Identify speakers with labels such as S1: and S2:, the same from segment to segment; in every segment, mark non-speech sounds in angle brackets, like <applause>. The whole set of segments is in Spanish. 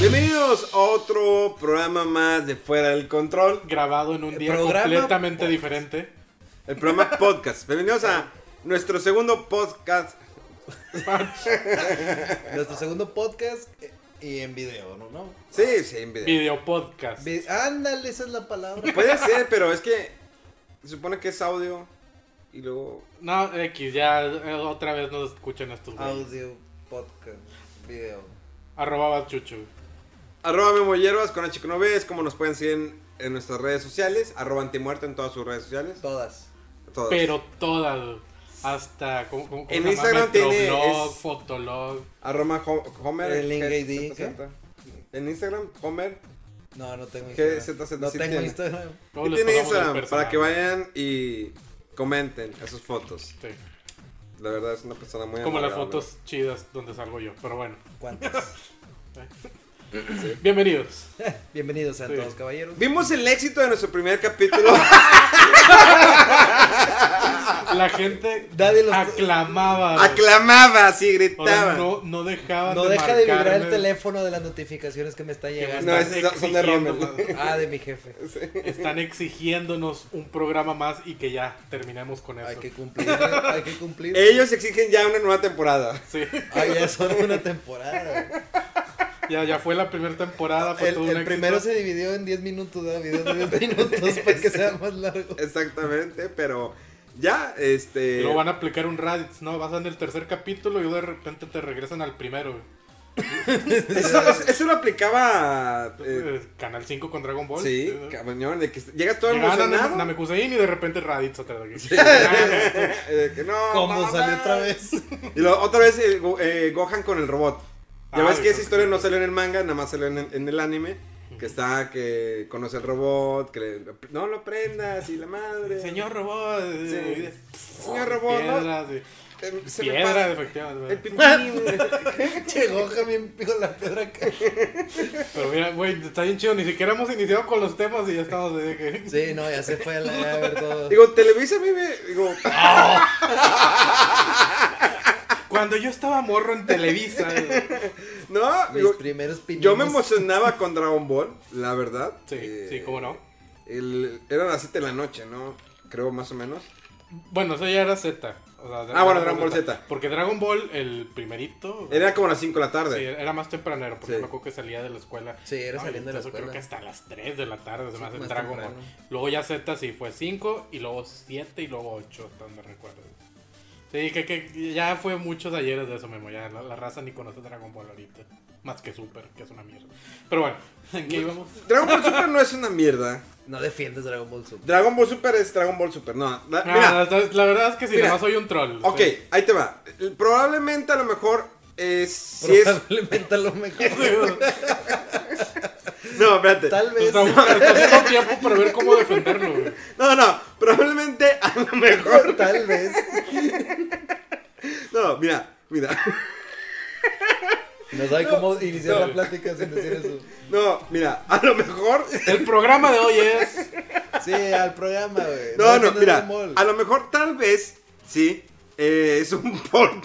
S1: Bienvenidos a otro programa más de Fuera del Control.
S2: grabado en un día
S1: programa
S2: completamente
S1: podcast.
S2: diferente.
S1: El
S2: <laughs>
S1: programa podcast. Bienvenidos a nuestro segundo podcast.
S3: Nuestro segundo podcast eh, y en video, ¿no? ¿No?
S1: Sí, sí, en video.
S2: Video podcast.
S3: Vi- Ándale, esa es
S2: <laughs>
S3: la palabra.
S1: Puede ser, pero es que se supone que es audio y luego...
S2: No, X, ya eh, otra vez nos escuchan estos güeyes.
S3: Audio, podcast, video.
S2: Arroba chuchu.
S1: Arroba Memo Hierbas con H que no ves, como nos pueden seguir en, en nuestras redes sociales. Arroba Antimuerte en todas sus redes sociales.
S3: Todas.
S1: Todas.
S2: Pero todas. Hasta. ¿cómo, cómo-
S1: En
S2: cómo se llama?
S1: Instagram tiene-
S2: Metroblog,
S1: es-
S2: Fotolog.
S1: Arroba Ho- Homer.
S3: El link
S1: GZZ.
S3: ID, ¿qué?
S1: En Instagram, Homer.
S3: No, no tengo
S1: ¿Qué
S3: Instagram.
S1: ZZ
S3: no
S1: sí
S3: tengo
S1: tiene?
S3: Instagram.
S2: Luego
S1: Y
S2: les
S1: tiene
S2: pongamos el
S1: Instagram para
S2: personal.
S1: que vayan y comenten a sus fotos.
S2: Sí,
S1: La verdad es una persona muy
S2: Como las
S1: amable.
S2: fotos chidas donde salgo yo. Pero bueno.
S3: ¿Cuántas? <laughs>
S2: Bienvenidos.
S3: Bienvenidos a
S2: Sí.
S3: todos, caballeros.
S1: Vimos el éxito de nuestro primer
S2: <laughs>
S1: capítulo. <laughs>
S2: La gente
S3: Nadie los-
S2: aclamaba. güey.
S1: Aclamaba, así
S2: O sea,
S1: gritaba.
S2: no, no dejaban
S3: No deja de vibrar el
S2: marcarme
S3: teléfono de las notificaciones que me están
S2: que me
S3: llegando.
S1: No,
S2: están
S1: esas son de
S2: exigiendo
S1: Rommel.
S2: más.
S3: Ah, de
S2: <laughs>
S3: mi jefe.
S2: Están exigiéndonos un programa más y que ya terminemos con eso. Eh.
S3: Hay que cumplir, ¿eh? hay que cumplir.
S1: Ellos exigen ya una nueva temporada. <laughs>
S2: Sí.
S3: Ah, ya son una temporada.
S2: Ya, ya fue la primera temporada, fue
S3: El,
S2: todo un
S3: el
S2: éxito.
S3: primero se dividió en 10 minutos, ¿no? Videos de 10
S2: <laughs>
S3: minutos para que sea más largo.
S1: Exactamente, pero ya,
S2: Y
S1: este.
S2: Luego van a aplicar un Raditz, ¿no? Vas en el tercer capítulo y luego de repente te regresan al primero. güey.
S1: Eso, eso lo aplicaba. eh,
S2: Eh, Canal 5 con Dragon Ball.
S1: sí,
S2: Eh,
S1: cabrón, de que llegas todo
S2: Llegaban a
S1: <laughs>
S2: Nam-
S1: emocionado.
S2: Namekusein y de repente Raditz otra vez. <laughs>
S1: eh, que no,
S3: Como
S1: mamá.
S3: salió otra vez.
S1: Y luego, otra vez eh, Go- eh, Gohan con el robot. Ya
S2: Ah,
S1: ves que
S2: eso
S1: esa
S2: sí.
S1: historia no salió en el manga, nada más salió en, el- en el anime. Que está, que conoce al robot, que le- no lo prendas y la madre.
S2: Señor Robot. eh,
S1: Sí. Señor robot, ¿no?
S2: Piedras, eh,
S1: Eh, se me
S2: piedras,
S1: para-
S2: efectivamente.
S1: El pitín.
S3: Llegó Jamín pico la piedra acá.
S2: Pero mira, güey, está bien chido. Ni siquiera hemos iniciado con los temas y ya estamos de que...
S3: Sí, no, ya se fue a la a ver todo.
S1: <laughs> Digo, Televisa vive. Digo, <laughs>
S2: Cuando yo estaba morro en Televisa. eh,
S1: no,
S3: Mis
S1: digo,
S3: primeros pininos.
S1: yo me emocionaba con Dragon Ball, la verdad.
S2: Sí,
S1: Eh,
S2: sí, cómo no.
S1: el- eran las 7 de la noche, ¿no? Creo más o menos.
S2: Bueno, eso ya era Z. o sea,
S1: Ah, bueno, Dragon Ball Z.
S2: Porque Dragon Ball, el primerito.
S1: Era como las 5 de la tarde.
S2: Sí, era más tempranero, porque
S1: Sí.
S2: me acuerdo que salía de la escuela.
S3: Sí, era
S2: No,
S3: saliendo de la
S2: eso Creo
S3: escuela.
S2: que hasta las 3 de la tarde, se me hace
S3: más
S2: Dragon Ball.
S3: temprano.
S2: Luego ya Z sí fue 5, y luego 7, y luego 8, hasta donde recuerdo. Sí, que, que ya fue muchos ayeres de eso, Memo. Ya la, la raza ni conoce Dragon Ball ahorita. Más que Super, que es una mierda. Pero bueno, <laughs> ¿en qué íbamos?
S1: Dragon Ball Super no es una mierda.
S3: No defiendes Dragon Ball Super.
S1: Dragon Ball Super es Dragon Ball Super. No, la-
S2: Ah,
S1: mira,
S2: la, la verdad es que si
S1: mira.
S2: no soy un troll.
S1: Ok,
S2: sí.
S1: ahí te va. Probablemente a lo mejor es. Si es. Pues,
S3: Probablemente a
S1: <laughs>
S3: lo mejor.
S1: No, espérate.
S3: Tal vez.
S2: Estamos
S1: <laughs>
S2: haciendo tiempo para ver cómo defenderlo, güey.
S1: No, no. Probablemente a lo mejor.
S3: <laughs> Tal vez.
S1: No, mira, mira.
S3: No sabe cómo iniciar
S1: no.
S3: la plática sin decir eso.
S1: No, mira. A lo mejor.
S2: El programa de hoy es.
S3: Sí, al programa, güey.
S1: No, no,
S3: defiendes
S1: mira.
S3: Dragon Ball.
S1: A lo mejor, tal vez. Sí. eh, es un port.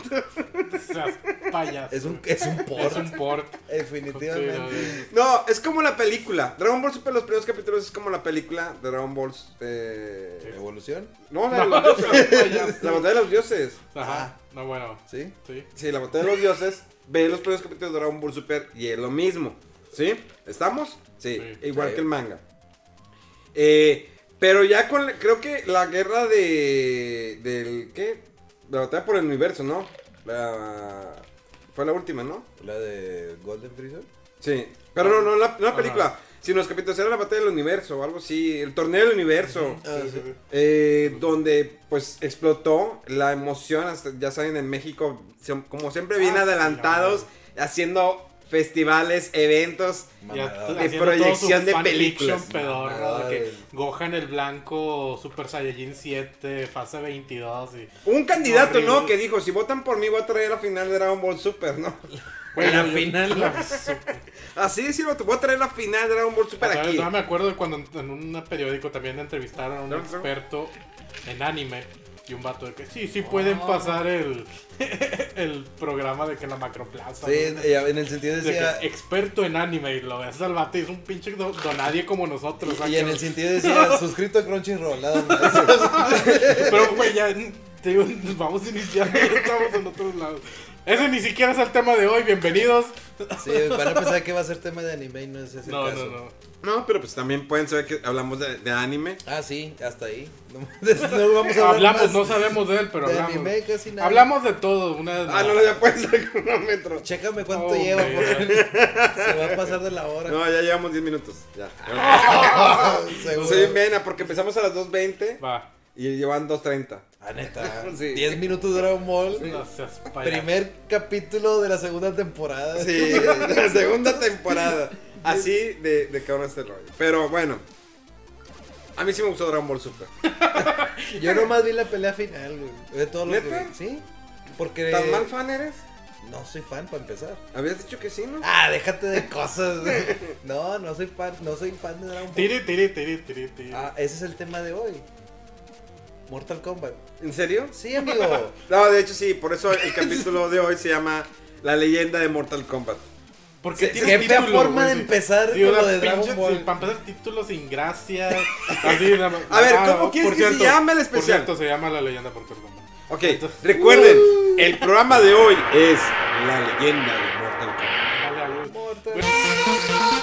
S2: Seas payaso.
S3: Es un, es un
S2: Es
S3: port.
S2: un port.
S3: Definitivamente.
S2: Sí,
S1: No, es como la película. Dragon Ball Super, los primeros capítulos es como la película de Dragon Ball. Eh...
S3: ¿Evolución?
S1: No, la de los dioses. La batalla de los dioses.
S2: no, no. Ajá. No, bueno.
S3: Ah. Sí.
S2: Sí.
S1: Sí, la batalla de los dioses. Ve los primeros capítulos de Dragon Ball Super y es lo mismo. ¿Sí? ¿Estamos? Sí,
S2: Sí.
S1: igual
S3: Sí.
S1: que el manga. Eh, pero ya con. la- creo que la guerra de. del. ¿Qué? La batalla por el universo, ¿no? La- fue la última, ¿no?
S3: ¿La de Golden Freezer?
S1: Sí. Pero no, no la, no la película, sino los capítulos. Era la batalla del universo o algo así. El torneo del universo. eh, donde pues explotó la emoción. hasta- ya saben, en México, se- como siempre, bien
S2: Ah, sí,
S1: adelantados, haciendo festivales, eventos.
S2: Ya
S3: Mamador.
S2: t-
S1: De
S2: haciendo
S1: proyección
S2: todo su
S1: de
S2: fanfiction
S1: películas.
S2: pedorro,
S3: Mamador.
S2: de que Gohan el blanco, Super Saiyajin 7, fase 22 y...
S1: Un candidato,
S2: Horrible.
S1: ¿no? Que dijo, si votan por mí voy a traer la final de Dragon Ball Super,
S2: <laughs>
S1: ¿no?
S2: Güey,
S4: la
S2: yo-
S4: final.
S2: la- super-
S1: Así decirlo, te voy a traer la final de Dragon Ball Super
S2: todavía-
S1: aquí.
S2: todavía me acuerdo de cuando en- en un periódico también entrevistaron a un
S1: No, no.
S2: experto en anime y un vato de que sí, sí pueden pasar el, <laughs> el programa de que la macroplaza.
S3: Sí,
S2: ¿no?
S3: en en el sentido
S2: De que
S3: decía.
S2: experto en anime y lo ves al vato y es un pinche do- donadie como nosotros.
S3: Y en
S2: ¿no?
S3: el
S1: <laughs>
S3: sentido decía, suscrito a Crunchyroll, nada más.
S2: <laughs> Pero, güey, ya te digo, nos vamos a iniciar, ya estamos en otros lados. Ese ni siquiera es el tema de hoy, bienvenidos.
S3: Sí, van a pensar que va a ser tema de anime y no es ese
S2: No,
S3: caso.
S2: no, no.
S1: No, pero pues también pueden saber que hablamos de, de anime.
S3: Ah, sí, hasta ahí. <laughs> No, no vamos a hablar
S2: Hablamos,
S3: más.
S2: no sabemos de él, pero
S3: de
S2: hablamos.
S3: anime casi nada.
S2: Hablamos de todo, una vez
S1: Ah,
S2: más.
S1: no, ya pueden sacar cronómetro.
S3: Chécame cuánto
S2: Oh,
S3: lleva,
S2: my
S3: porque se va a pasar de la hora.
S1: No, ya llevamos 10 minutos. Ya.
S3: <laughs> seguro.
S1: Soy mena porque empezamos a las 2.20
S2: Va.
S1: y llevan 2.30.
S3: Ah, neta.
S1: Sí.
S3: 10 minutos de Dragon Ball.
S2: No seas payaso.
S3: Primer capítulo de la segunda temporada.
S1: Sí, la segunda temporada. Así de, de cabrón este rollo. Pero bueno. A mí sí me gustó Dragon Ball Super.
S3: Yo nomás vi la pelea final, güey. De todo lo
S1: ¿Neta?
S3: que vi. Sí. Porque.
S1: ¿Tan mal fan eres?
S3: No soy fan para empezar.
S1: Habías dicho que sí, ¿no?
S3: Ah, déjate de cosas. <laughs> güey. No, no soy fan, no soy fan de Dragon Ball.
S2: Tiri, tiri, tiri, tiri, tiri.
S3: Ah, ese es el tema de hoy. Mortal Kombat.
S1: ¿En serio?
S3: Sí, amigo.
S1: No, de hecho sí, por eso el capítulo de hoy se llama La leyenda de Mortal Kombat.
S2: ¿Por qué
S3: sí,
S2: tienes
S3: qué fea
S2: título,
S3: forma
S2: güey?
S3: de empezar con
S2: una
S3: lo de
S2: pinche-
S3: Dragon Ball.
S2: sí, Para empezar, título sin
S3: <laughs>
S2: gracia. Así, nada más.
S1: A ver,
S2: Ah,
S1: ¿cómo quieres
S2: por
S1: que se
S2: cierto,
S1: llame el
S2: Por
S1: especial?
S2: cierto, se llama La Leyenda por Kombat.
S1: Ok, recuerden, el programa de hoy es La leyenda de Mortal Kombat.
S2: Dale, dale.
S3: Mortal
S2: Bueno, <laughs>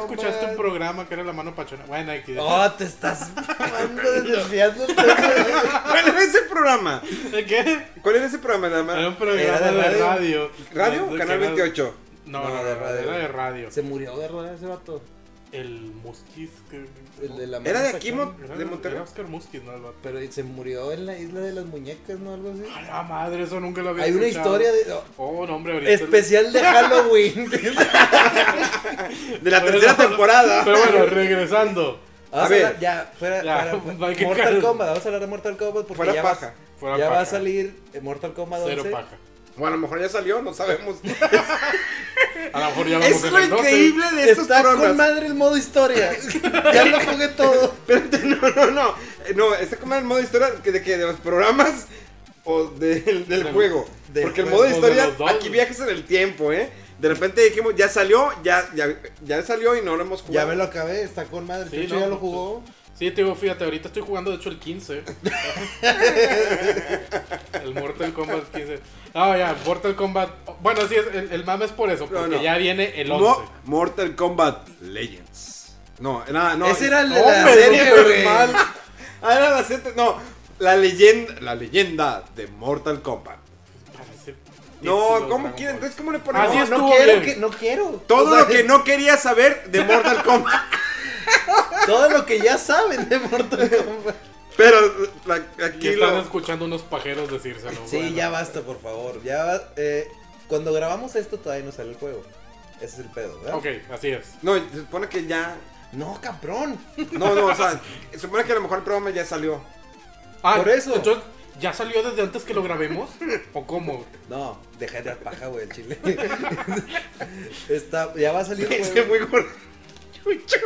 S2: escuchaste un programa que era La Mano Pachona. Bueno, aquí.
S3: Oh, te estás mamando de desviando el tema.
S1: ¿Cuál era ese programa?
S2: ¿De <laughs> ¿Qué?
S1: ¿Cuál era ese programa nada más?
S2: Era un programa
S3: Ah, Era
S2: de
S3: de
S2: radio.
S3: radio.
S1: ¿Radio?
S2: Que
S1: Canal
S2: era-
S1: 28.
S2: Ah, No, no, no,
S3: de radio.
S2: era de radio.
S3: Se murió de rueda ese vato.
S2: El Muskis. que-
S3: El de la
S1: ¿Era de
S3: mano
S1: aquí,
S3: sacada.
S1: Mon-
S2: Era-
S1: de Monterrey?
S2: Era Oscar Muskis, ¿no? El vato.
S3: Pero se murió en la isla de las muñecas, ¿no? Algo así.
S2: A la madre, eso nunca lo había
S3: Hay una
S2: escuchado.
S3: historia de. oh,
S2: Oh, no, hombre, ahorita.
S3: especial
S2: <laughs>
S3: de Halloween.
S1: De la
S2: Pero
S1: tercera
S2: no, no,
S1: temporada.
S2: <laughs> Pero bueno, regresando.
S3: Vamos
S1: A
S3: a
S1: ver.
S3: hablar- ya, fuera,
S2: Ya,
S3: fuera-
S2: <laughs> va, que
S3: Mortal
S2: cal-
S3: Kombat, vamos a hablar de Mortal Kombat porque
S1: Fuera
S3: ya,
S1: paja.
S3: va-
S2: Fuera
S3: ya va
S2: paja.
S3: a salir eh, Mortal Kombat 11.
S2: Cero paja.
S1: Bueno, a lo mejor ya salió, no sabemos. <laughs>
S2: A lo mejor ya vamos
S1: es
S2: en
S1: lo
S2: el 12.
S1: increíble de estos
S3: Está con
S1: programas.
S3: madre el modo
S1: <laughs>
S3: historia. ya lo jugué todo.
S1: Espérate, no, no, no. Eh, No, está con madre el modo historia que- de que de los programas o del, del
S2: Del-
S1: juego.
S3: del
S1: Porque el
S3: juego,
S1: modo de
S2: de
S1: historia,
S2: los dos.
S1: aquí viajes en el tiempo, ¿eh? De repente dijimos, ya salió, ya, ya, ya salió y no lo hemos
S3: Ya
S1: jugado.
S3: me lo acabé, está con madre.
S2: Sí,
S3: Chucho
S2: no,
S3: ya lo
S2: pues,
S3: jugó.
S2: Sí, te digo, fíjate, ahorita estoy jugando de hecho el
S1: <laughs>
S2: 15. el Mortal Kombat 15. Ah, ya, Mortal Kombat. Bueno, sí, es- el, el mame es por eso,
S1: No,
S2: porque
S1: no.
S2: ya viene el 11.
S1: Mo- Mortal Kombat Legends. No, nada, no.
S3: Ese era el de la
S1: Hombre,
S3: serie,
S1: súper
S3: güey.
S1: mal. Ah, era la siete- no. La leyenda, la leyenda de Mortal Kombat.
S2: Parece título
S1: No, ¿cómo
S2: de Dragon
S1: quieren?
S2: Ball.
S1: Entonces, ¿cómo le
S2: Ah,
S1: ponemos?
S2: sí,
S1: No,
S2: es
S1: no,
S3: No
S2: estuvo
S3: quiero,
S2: bien.
S3: que, no quiero.
S1: todo
S3: O sea,
S1: lo que no quería saber de Mortal Kombat.
S3: <laughs> Todo lo que ya saben
S2: <laughs>
S3: de Mortal Kombat.
S1: Pero la-
S2: Y
S1: aquí
S2: están
S1: lo...
S2: escuchando unos pajeros decírselo.
S3: Sí,
S2: bueno.
S3: ya basta, por favor. Ya va- eh, cuando grabamos esto todavía no sale el juego. Ese es el pedo, ¿verdad?
S2: Ok, así es.
S1: No, se supone que ya...
S3: No, cabrón.
S1: No, no, o sea, se supone que a lo mejor el programa ya salió.
S2: Ah,
S3: Por eso.
S2: Entonces, ¿ya salió desde antes que lo grabemos? ¿O cómo?
S3: No, deja de dar paja, güey, el chile. <laughs> Está, ya va a salir.
S1: Que
S3: güey.
S1: se muy gordo, Chucho.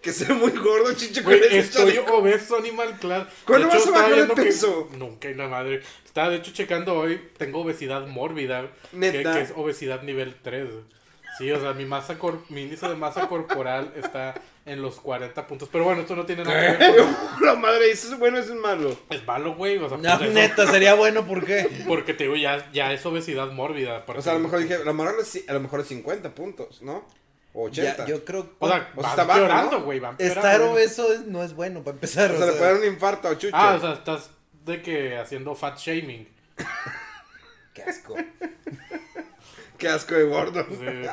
S1: Que se muy gordo, Chicho, con
S2: Güey,
S1: ese
S2: estoy
S1: chaleco.
S2: obeso, animal, claro.
S1: ¿Cuándo
S2: De hecho,
S1: vas a bajar
S2: estaba
S1: de
S2: viendo que-
S1: peso?
S2: Nunca, y la madre. Estaba, de hecho, checando hoy. Tengo obesidad mórbida. Que,
S1: Neta.
S2: que es obesidad nivel 3. Sí, o sea, mi masa cor- mi índice de masa corporal <laughs> está en los 40 puntos. Pero bueno, esto no tiene
S1: <laughs>
S2: nada que ver. con-
S1: La madre, eso es bueno, eso es malo.
S2: Es malo, güey. O sea,
S3: No,
S2: pues, eso-
S3: neta, sería bueno, ¿por qué?
S2: Porque te digo, ya, ya es obesidad mórbida.
S1: O sea, a lo mejor dije, a lo mejor, es- a lo mejor es 50 puntos, ¿no? O 80.
S3: Ya, yo creo que
S2: O sea,
S1: o sea,
S2: van
S1: está bajo,
S2: empeorando,
S1: ¿no?
S2: güey. van
S3: estar
S2: empeorando.
S3: obeso es- no es bueno para empezar.
S1: o
S3: o
S1: sea, le
S3: sea.
S1: puede dar un infarto a Chucho.
S2: Ah, o sea, estás de que haciendo fat shaming.
S3: Qué asco.
S1: Qué asco de gordo.
S2: Sí, sí.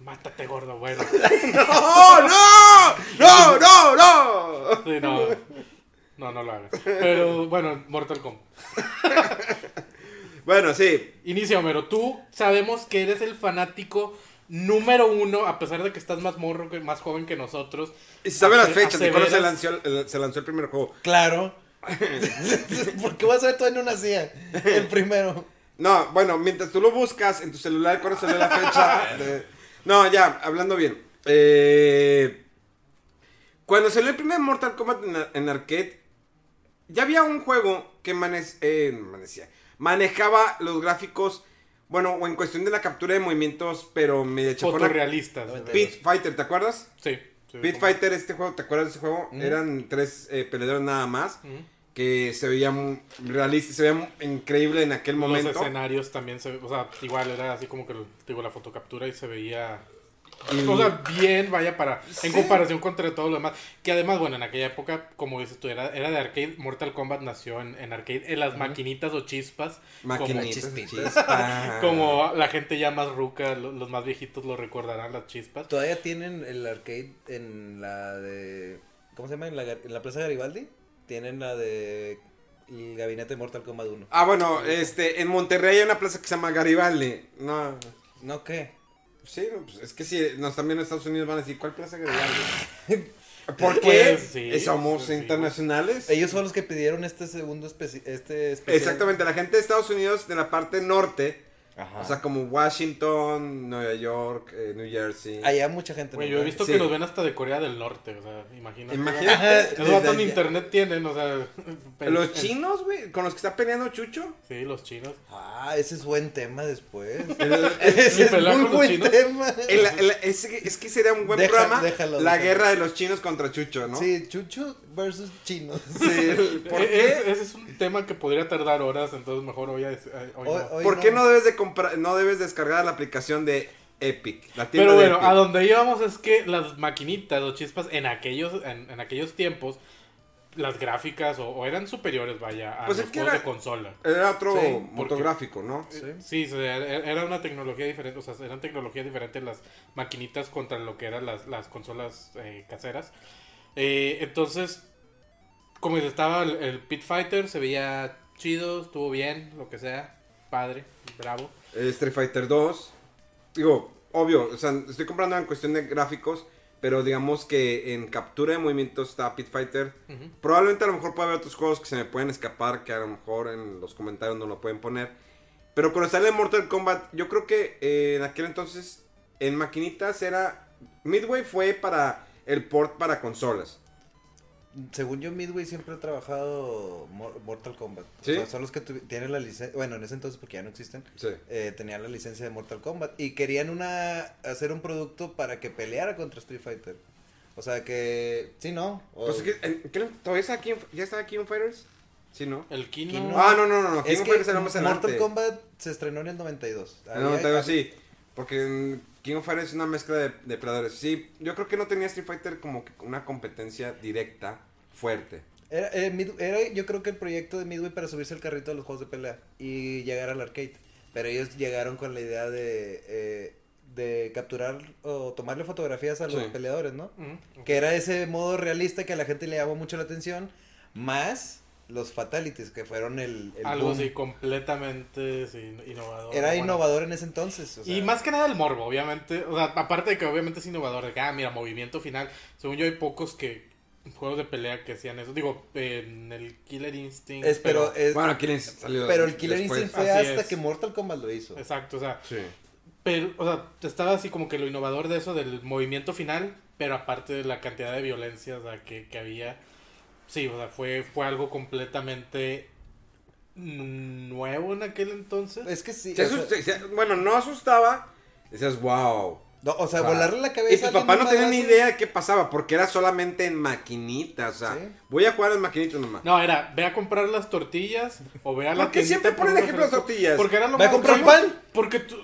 S2: Mátate, gordo, bueno.
S1: <laughs> ¡No, no! ¡No, no, no!
S2: Sí, no. No, no lo hagas. Pero bueno, Mortal Kombat.
S1: Bueno, sí.
S2: Inicia, Homero. Tú sabemos que eres el fanático número uno, a pesar de que estás más morro, que- más joven que nosotros.
S1: Y se sabe las
S2: Ace-
S1: fechas de cuándo se
S2: aseveras-
S1: lanzó, el, se lanzó el primer juego.
S3: <laughs> Claro. ¿Por qué vas a ver todavía no nacía? El primero.
S1: No, bueno, mientras tú lo buscas en tu celular, ¿cuándo salió la fecha? de- No, ya, hablando bien. Eh, Cuando salió el primer Mortal Kombat en, en arcade, ya había un juego que manes- eh, manecía- manejaba los gráficos, bueno, o en cuestión de la captura de movimientos, pero media chafona.
S2: Fotorrealistas.
S1: Pit Fighter, ¿te acuerdas?
S2: Sí. sí, Mm.
S1: Pit
S2: como-
S1: Fighter, este juego, ¿te acuerdas de ese juego? Eran tres eh, peleadores nada más.
S2: Mm.
S1: Que se veía mu- realista, se veía mu- increíble en aquel momento.
S2: Los escenarios también se o sea, igual era así como que digo, la fotocaptura y se veía
S1: Y-
S2: o sea, bien, vaya para en
S1: Sí.
S2: comparación contra todo lo demás, que además, bueno, en aquella época, como dices tú, era, era de arcade, Mortal Kombat nació en, en arcade, en las maquinitas o chispas, como-
S1: Maquinitas,
S3: chispitas.
S1: chispas.
S2: como, la gente ya más ruca, lo- los, más viejitos lo recordarán las chispas.
S3: Todavía tienen el arcade en la de. ¿Cómo se llama? En la, gar- en la Plaza Garibaldi. Tienen la de. El gabinete de Mortal Kombat 1.
S1: Ah, bueno, este, en Monterrey hay una plaza que se llama Garibaldi. No.
S3: ¿No qué?
S1: Sí, no, pues, es que si nos también en Estados Unidos van a decir, ¿cuál plaza Garibaldi? Porque
S2: Pues, sí,
S1: somos
S2: sí.
S1: internacionales.
S3: pues, Ellos son los que pidieron este segundo especi- este especial.
S1: Exactamente, la gente de Estados Unidos de la parte norte,
S3: Ajá.
S1: o sea, como Washington, Nueva York, eh, New Jersey.
S3: Allá mucha gente.
S2: Güey,
S3: no
S2: yo he
S3: va.
S2: visto
S1: Sí.
S2: que los ven hasta de Corea del Norte, o sea, imagínate.
S1: Imagínate.
S2: Esos vatos
S1: desde allá.
S2: ni internet tienen, o sea. <laughs>
S1: Los
S2: el-
S1: chinos, güey, con los que está peleando Chucho.
S2: Sí, los chinos.
S3: Ah, ese es buen tema después. <laughs>
S2: Mi
S3: ese es
S2: pelea con
S3: muy
S2: los
S3: buen
S2: chinos.
S3: tema.
S1: El- el- es, que- es que sería un buen
S3: Deja-
S1: programa.
S3: déjalo,
S1: la
S3: déjalo.
S1: guerra de los chinos contra Chucho, ¿no?
S3: Sí, Chucho versus chinos.
S1: Sí, ¿Por
S2: E-
S1: qué?
S2: es- ese es un tema que podría tardar horas, entonces mejor hoy, a- hoy
S3: Hoy-
S2: no.
S3: hoy
S1: ¿Por qué no debes de comprar, no debes descargar la aplicación de Epic? La tienda
S2: Pero
S1: de
S2: bueno,
S1: Epic.
S2: a donde íbamos es que las maquinitas o chispas en aquellos, en, en aquellos tiempos, las gráficas o, o eran superiores, vaya, a
S1: Pues
S2: los
S1: es que
S2: juegos
S1: era-
S2: de consola.
S1: Era otro
S2: Sí,
S1: motográfico, ¿no?
S2: Sí, o sea, era era una tecnología diferente, o sea, eran tecnologías diferentes las maquinitas contra lo que eran las, las consolas eh, caseras. Eh, entonces, como dices, estaba el, el Pit Fighter, se veía chido, estuvo bien, lo que sea, padre, bravo.
S1: Eh, Street Fighter 2. Digo, obvio, o sea, estoy comprando en cuestión de gráficos, pero digamos que en captura de movimientos está Pit Fighter. Probablemente a lo mejor puede haber otros juegos que se me pueden escapar, que a lo mejor en los comentarios no lo pueden poner. Pero cuando sale Mortal Kombat, yo creo que eh, en aquel entonces en maquinitas era... Midway fue para el port para consolas.
S3: Según yo, Midway siempre ha trabajado Mor- Mortal Kombat. O
S1: ¿Sí?
S3: sea, son los que tuvi- tienen la licencia. Bueno, en ese entonces, porque ya no existen.
S1: Sí.
S3: eh, tenían la licencia de Mortal Kombat y querían una hacer un producto para que peleara contra Street Fighter. O sea que sí, no. O-
S1: Pues, ¿qué- en- qué- ¿Todavía está aquí, en- ya está aquí en Fighters? Sí, ¿no?
S2: El Kino.
S3: Kino.
S1: Ah, no, no, no, no. King
S3: es
S1: of
S3: que
S1: Fighters era más
S3: Mortal
S1: adelante.
S3: Kombat se estrenó en el 92.
S1: En el
S3: Había-
S1: 92 sí. Porque en King of Fighters es una mezcla de depredadores. Sí, yo creo que no tenía Street Fighter como que una competencia directa fuerte.
S3: Era, eh, Mid- era, yo creo que el proyecto de Midway para subirse al carrito de los juegos de pelea y llegar al arcade. Pero ellos llegaron con la idea de, eh, de capturar o tomarle fotografías a los
S1: Sí.
S3: peleadores, ¿no?
S2: Ujú.
S3: Que era ese modo realista que a la gente le llamó mucho la atención, más los fatalities, que fueron el, el
S2: Algo
S3: boom.
S2: así completamente sí, innovador.
S3: Era
S2: Bueno,
S3: innovador en ese entonces. o sea,
S2: y más que nada el morbo, obviamente. O sea, aparte de que obviamente es innovador. de que, ah, mira, movimiento final. Según yo, hay pocos que juegos de pelea que hacían eso. Digo, en el Killer Instinct.
S3: es- pero, es-
S1: Bueno, Killer Instinct salió
S3: pero el Killer
S1: después. Ah,
S3: Instinct fue
S2: Así
S3: hasta
S2: es.
S3: que Mortal Kombat lo hizo.
S2: Exacto, o sea.
S1: Sí.
S2: Pero, o sea, estaba así como que lo innovador de eso, del movimiento final. Pero aparte de la cantidad de violencia o sea, que, que había. Sí, o sea, fue, fue algo completamente nuevo en aquel entonces.
S3: Es que sí.
S1: Se
S3: o sea,
S1: asust- se- bueno, no asustaba. Decías, wow.
S3: no, o sea,
S1: O sea,
S3: volarle la cabeza.
S1: Y tu
S3: a alguien
S1: papá no
S3: un
S1: tenía ni
S3: balazo.
S1: idea de qué pasaba, porque era solamente en maquinitas. O sea,
S3: Sí.
S1: voy a jugar en maquinitas nomás.
S2: No, era, ve a comprar las tortillas o ve a la
S1: ¿Por qué
S2: tiendita
S1: siempre
S2: por
S1: ponen
S2: unos
S1: ejemplo de
S2: refrescos?
S1: tortillas?
S2: Porque era lo
S3: ¿Va a
S2: más
S3: comprar
S2: común.
S3: pan?
S2: Porque tú...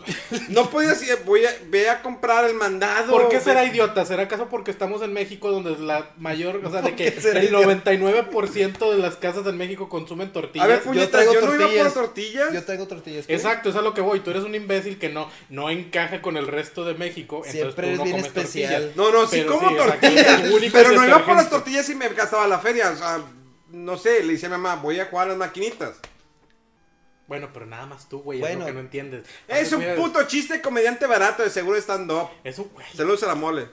S1: No podías ir, voy a, ve a comprar el mandado.
S2: ¿Por qué
S1: Ve-
S2: será idiota? ¿Será acaso porque estamos en México donde es la mayor, o sea, de que
S3: qué será
S2: el
S3: idiota?
S2: 99% de las casas en México consumen
S1: A
S2: tortillas?
S1: ver, puñetas,
S3: traigo
S1: yo, no iba por
S3: tortillas.
S1: tortillas.
S3: Yo traigo tortillas. ¿qué?
S2: Exacto, es a lo que voy. Tú eres un imbécil que no, no encaja con el resto de México. entonces
S3: Siempre
S2: tú
S3: eres
S2: no
S3: bien
S2: comes
S3: especial.
S2: tortillas.
S1: No, no, sí
S2: Pero
S1: como
S2: sí, exacto,
S1: tortillas.
S2: eres
S1: <laughs>
S2: único
S1: Pero no iba por las
S2: detergente.
S1: tortillas y me gastaba la feria. O sea, no sé, le decía a mi mamá, voy a jugar a las maquinitas.
S2: Bueno, pero nada más tú, güey, es
S3: Bueno.
S2: lo que no entiendes.
S1: Es
S2: Antes
S1: un
S2: hubieras-
S1: puto chiste de comediante barato de seguro stand-up.
S2: Es un güey.
S1: Saludos a la mole.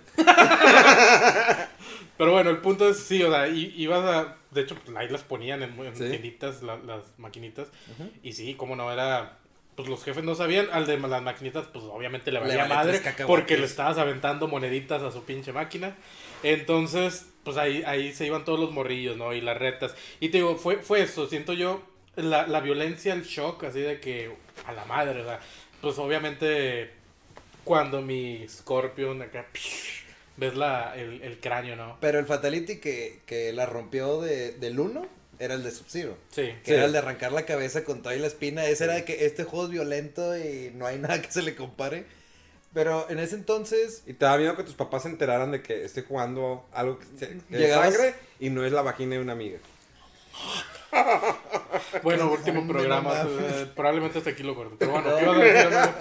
S2: Pero bueno, el punto es, sí, o sea, i- ibas a... De hecho, pues, ahí las ponían en, en
S1: Sí.
S2: tienditas, la- las maquinitas. Y sí, como no era... Pues los jefes no sabían, al de las maquinitas, pues obviamente le
S3: Le
S2: valía
S3: vale
S2: madre
S3: tres cacahuates.
S2: porque le estabas aventando moneditas a su pinche máquina. Entonces, pues ahí, ahí se iban todos los morrillos, ¿no? Y las retas. Y te digo, fue, fue eso, siento yo, la, la violencia, el shock, así de que a la madre, o sea, pues obviamente cuando mi Scorpion acá, ves la, el, el cráneo, ¿no?
S3: Pero el Fatality que, que la rompió de, del 1 era el de Sub-Zero.
S2: Sí.
S3: Que era el de arrancar la cabeza con toda y la espina. Ese era de que este juego es violento y no hay <laughs> nada que se le compare. Pero en ese entonces, <laughs>
S1: Y te da miedo que tus papás se enteraran de que estoy jugando algo que se- que es
S3: Llegabas-
S1: sangre y no es la vagina de una amiga.
S2: Bueno, último
S3: Hombre,
S2: programa.
S3: no mames.
S2: eh, probablemente hasta aquí lo corto. Pero bueno,
S3: <laughs> No.
S2: ¿qué ibas a decir, amigo?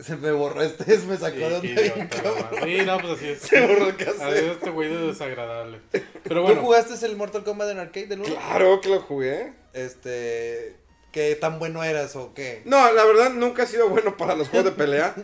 S3: se me borró este, me sacó de
S2: Sí,
S3: onda
S2: qué
S3: bien
S2: idiota,
S3: cabrón.
S2: mamá. Sí, no, pues
S3: <laughs>
S2: así es.
S1: Se borró el cassette.
S2: Así es este güey de desagradable. Pero
S3: ¿Tú
S2: bueno,
S3: jugaste el Mortal Kombat en arcade del 1?
S1: Claro que lo jugué.
S3: Este, ¿qué tan bueno eras o qué?
S1: No, la verdad nunca he sido bueno para los juegos de pelea,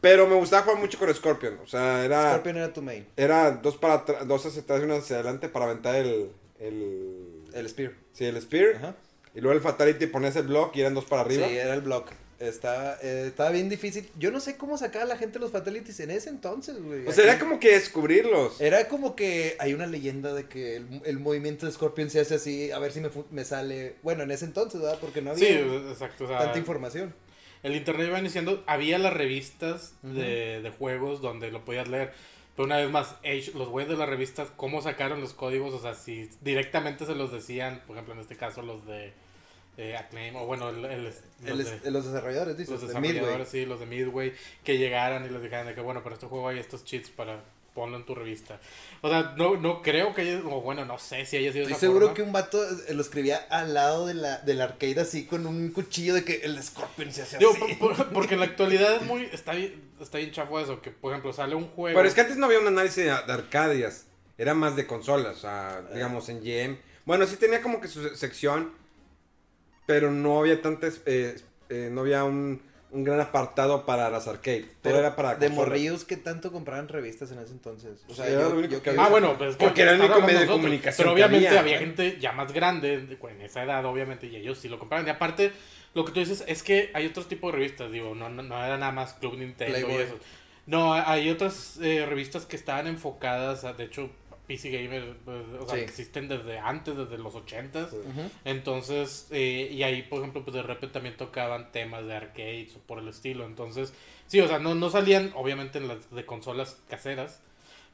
S1: pero me gustaba jugar mucho con Scorpion. O sea,
S2: Ah.
S1: era
S3: Scorpion era tu main,
S1: era dos para atr- dos hacia atrás y uno hacia adelante para aventar el el,
S3: el Spear.
S1: sí, el spear.
S3: Ajá.
S1: Y luego el fatality ponías el block y eran dos para arriba.
S3: Sí, era el block. Estaba, eh, estaba bien difícil. Yo no sé cómo sacaba la gente los fatalities en ese entonces, güey.
S1: o sea,
S3: Aquí-
S1: era como que descubrirlos.
S3: Era como que hay una leyenda de que el, el movimiento de Scorpion se hace así, a ver si me, fu- me sale. Bueno, en ese entonces, ¿verdad? Porque no
S2: sí,
S3: había
S2: exacto. o sea,
S3: tanta información.
S2: el internet iba iniciando. Había las revistas de, de juegos donde lo podías leer. Pero una vez más, ellos- los güeyes de las revistas, ¿cómo sacaron los códigos? O sea, si directamente se los decían, por ejemplo, en este caso, los de eh, Acclaim, o bueno, el, el-
S3: El
S2: los
S3: es-
S2: de-
S3: los desarrolladores, dices,
S2: los
S3: de Midway.
S2: desarrolladores, sí, los de Midway, que llegaran y les dijeran de que, bueno, para este juego hay estos cheats para ponlo en tu revista. O sea, no, no creo que haya, o bueno, no sé si haya sido
S3: Estoy
S2: esa
S3: seguro
S2: forma.
S3: que un vato eh, lo escribía al lado de la, del arcade así con un cuchillo de que el Scorpion se hace
S2: Digo,
S3: así.
S2: por- por- porque en la actualidad es muy, está bien, está bien chafo eso, que por ejemplo sale un juego...
S1: Pero es que antes no había un análisis de, de arcadias. Era más de consolas. O sea, digamos en GM. Bueno, sí tenía como que su se- sección. Pero no había tantas. eh, eh, no había un, un gran apartado para las arcades. Todo era para.
S3: de
S1: consolas.
S3: morrillos que tanto compraban revistas en ese entonces. O sea,
S1: Sí, era
S3: yo,
S1: lo único
S3: yo
S1: que
S3: que-
S2: Ah, bueno, pues...
S1: Porque era el único
S2: estamos
S1: medio de
S2: nosotros.
S1: comunicación
S2: Pero
S1: que
S2: obviamente
S1: había.
S2: había, gente ya más grande, de- en esa edad obviamente, y ellos sí lo compraban. Y aparte, lo que tú dices es que hay otros tipos de revistas, digo, no, no, no era nada más Club Nintendo y
S3: Playboy.
S2: eso. No, hay otras eh, revistas que estaban enfocadas, a- de hecho, PC Gamer, pues, o sea,
S3: Sí.
S2: existen desde antes, desde los ochentas.
S1: Ah,
S3: Ujú.
S2: Entonces, eh, y ahí, por ejemplo, pues de repente también tocaban temas de arcades o por el estilo. Entonces, sí, o sea, no, no salían, obviamente, en las de consolas caseras,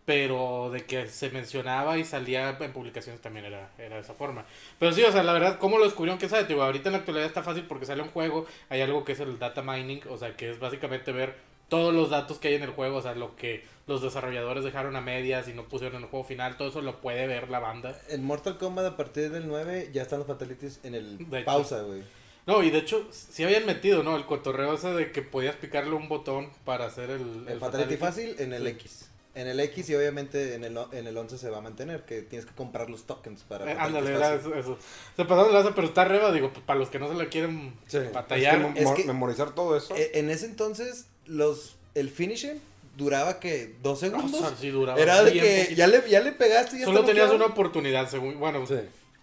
S2: pero de que se mencionaba y salía en publicaciones también era, era de esa forma. Pero sí, o sea, la verdad, ¿cómo lo descubrieron? ¿Quién sabe? Te Digo, ahorita en la actualidad está fácil porque sale un juego, hay algo que es el data mining, o sea, que es básicamente ver todos los datos que hay en el juego, o sea, lo que los desarrolladores dejaron a medias y no pusieron en el juego final, todo eso lo puede ver la banda.
S3: En Mortal Kombat a partir del 9 ya están los fatalities en el
S2: De hecho.
S3: pausa, güey.
S2: No, y de hecho, sí habían metido, ¿no? El cotorreo ese de que podías picarle un botón para hacer el... Eh,
S3: El fatality fácil en el
S2: Sí.
S3: X. En el X y obviamente en el, o- en el 11 se va a mantener, que tienes que comprar los tokens para...
S2: Eh,
S3: fatality
S2: ándale,
S3: fácil.
S2: era eso, eso. Se pasaron de lanza, pero está arriba, digo, pues, para los que no se la quieren
S1: Sí.
S2: batallar.
S1: Es que
S3: Es
S1: mor-
S3: que-
S1: memorizar todo eso.
S3: E- En ese entonces, los el finishing duraba que dos segundos.
S2: O sea, Ah, sí duraba
S3: era de
S2: bien
S3: que
S2: poquito.
S3: ya le, ya le pegaste y ya
S2: Solo
S3: está
S2: tenías una
S3: bloqueado.
S2: oportunidad, según... Bueno,
S1: Sí.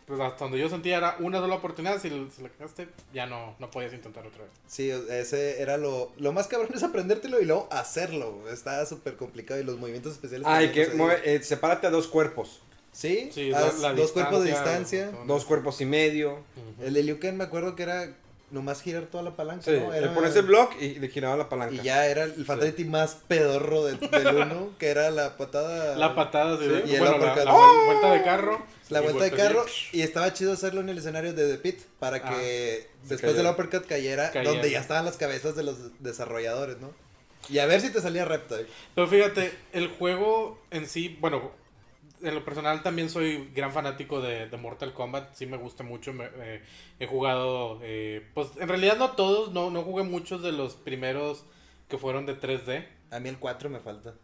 S2: pues hasta donde yo sentía era una sola oportunidad, si, si la cagaste, ya no, no podías intentar otra vez.
S3: Sí, o- ese era lo... Lo más cabrón <laughs> es aprendértelo y luego hacerlo. Estaba súper complicado y los movimientos especiales...
S1: Ay, que
S3: también, o sea,
S1: mueve- eh, sepárate a dos cuerpos.
S3: Sí,
S2: Sí,
S3: haz
S2: la- la
S3: dos cuerpos de
S2: distancia,
S3: distancia.
S2: los botones.
S1: Dos cuerpos y medio.
S3: El Eliuken me acuerdo que era nomás girar toda la palanca,
S1: Sí,
S3: ¿no?
S1: le pones el block y le giraba la palanca.
S3: Y ya era el fatality más pedorro de-
S1: <laughs>
S3: del uno, que era la patada.
S2: La patada de.
S3: Ah, Sí, y el
S2: bueno, la,
S3: uppercut.
S2: la vuel- vuelta de carro.
S3: La
S2: y
S3: vuelta de
S2: golpe así,
S3: carro. Y estaba chido hacerlo en el escenario de The Pit para
S2: Ah,
S3: que después
S1: cayera.
S3: del uppercut cayera,
S2: Cayera.
S3: donde ya estaban las cabezas de los desarrolladores, ¿no? Y a ver si te salía eh. Reptile.
S2: Pero fíjate, el juego en sí, bueno, en lo personal también soy gran fanático de, de Mortal Kombat, sí me gusta mucho, me- eh, he jugado, eh, pues en realidad no todos, no, no jugué muchos de los primeros que fueron de 3D.
S3: A mí el 4 me falta.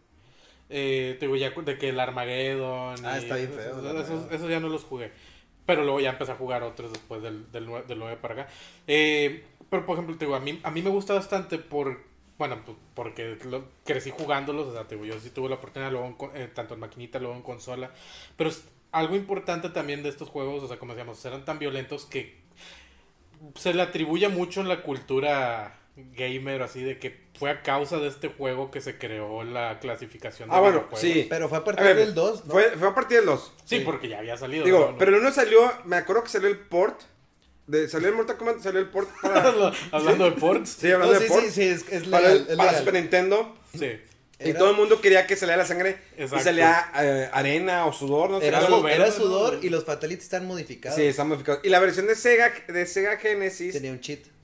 S2: Eh, te digo, ya cu- de que el Armageddon.
S3: Ah,
S2: y
S3: está bien feo,
S2: Esos, esos,
S3: el Armageddon.
S2: esos ya no los jugué. Pero luego ya empecé a jugar otros después del, del, nue- del 9 para acá. Eh, pero por ejemplo, te digo, a mí, a mí me gusta bastante por. Bueno, pues, porque lo- crecí jugándolos. O sea, te digo, yo sí tuve la oportunidad, luego en co- eh, tanto en maquinita, luego en consola. Pero es- algo importante también de estos juegos, o sea, como decíamos, eran tan violentos que se le atribuye mucho en la cultura gamer, así de que fue a causa de este juego que se creó la clasificación de
S1: Ah, bueno,
S2: videojuegos.
S1: sí.
S3: Pero fue a
S1: A
S3: partir
S1: ver,
S3: del 2, ¿no?
S1: Fue, fue a partir del 2.
S2: Sí, porque ya había salido.
S1: Digo,
S2: ¿no? No.
S1: pero el uno salió, me acuerdo que salió el port. De, salió el Mortal Kombat, salió el port
S3: <laughs>
S1: para.
S2: <laughs> Hablando de ports.
S1: sí, hablando
S3: No,
S1: de
S3: sí,
S1: port.
S3: sí, sí, es- es
S1: para el-
S3: legal, es
S1: para
S3: legal.
S1: Super Nintendo.
S2: Sí.
S1: Y
S3: Era-
S1: todo el mundo quería que saliera la sangre.
S2: Exacto.
S1: Y salía eh, arena o sudor, no sé.
S3: Era,
S2: algo
S3: su-
S2: verde,
S3: era
S2: ¿no?
S3: sudor y los fatalities están modificados.
S1: Sí, está modificado. Y la versión de Sega, de Sega Genesis tenía.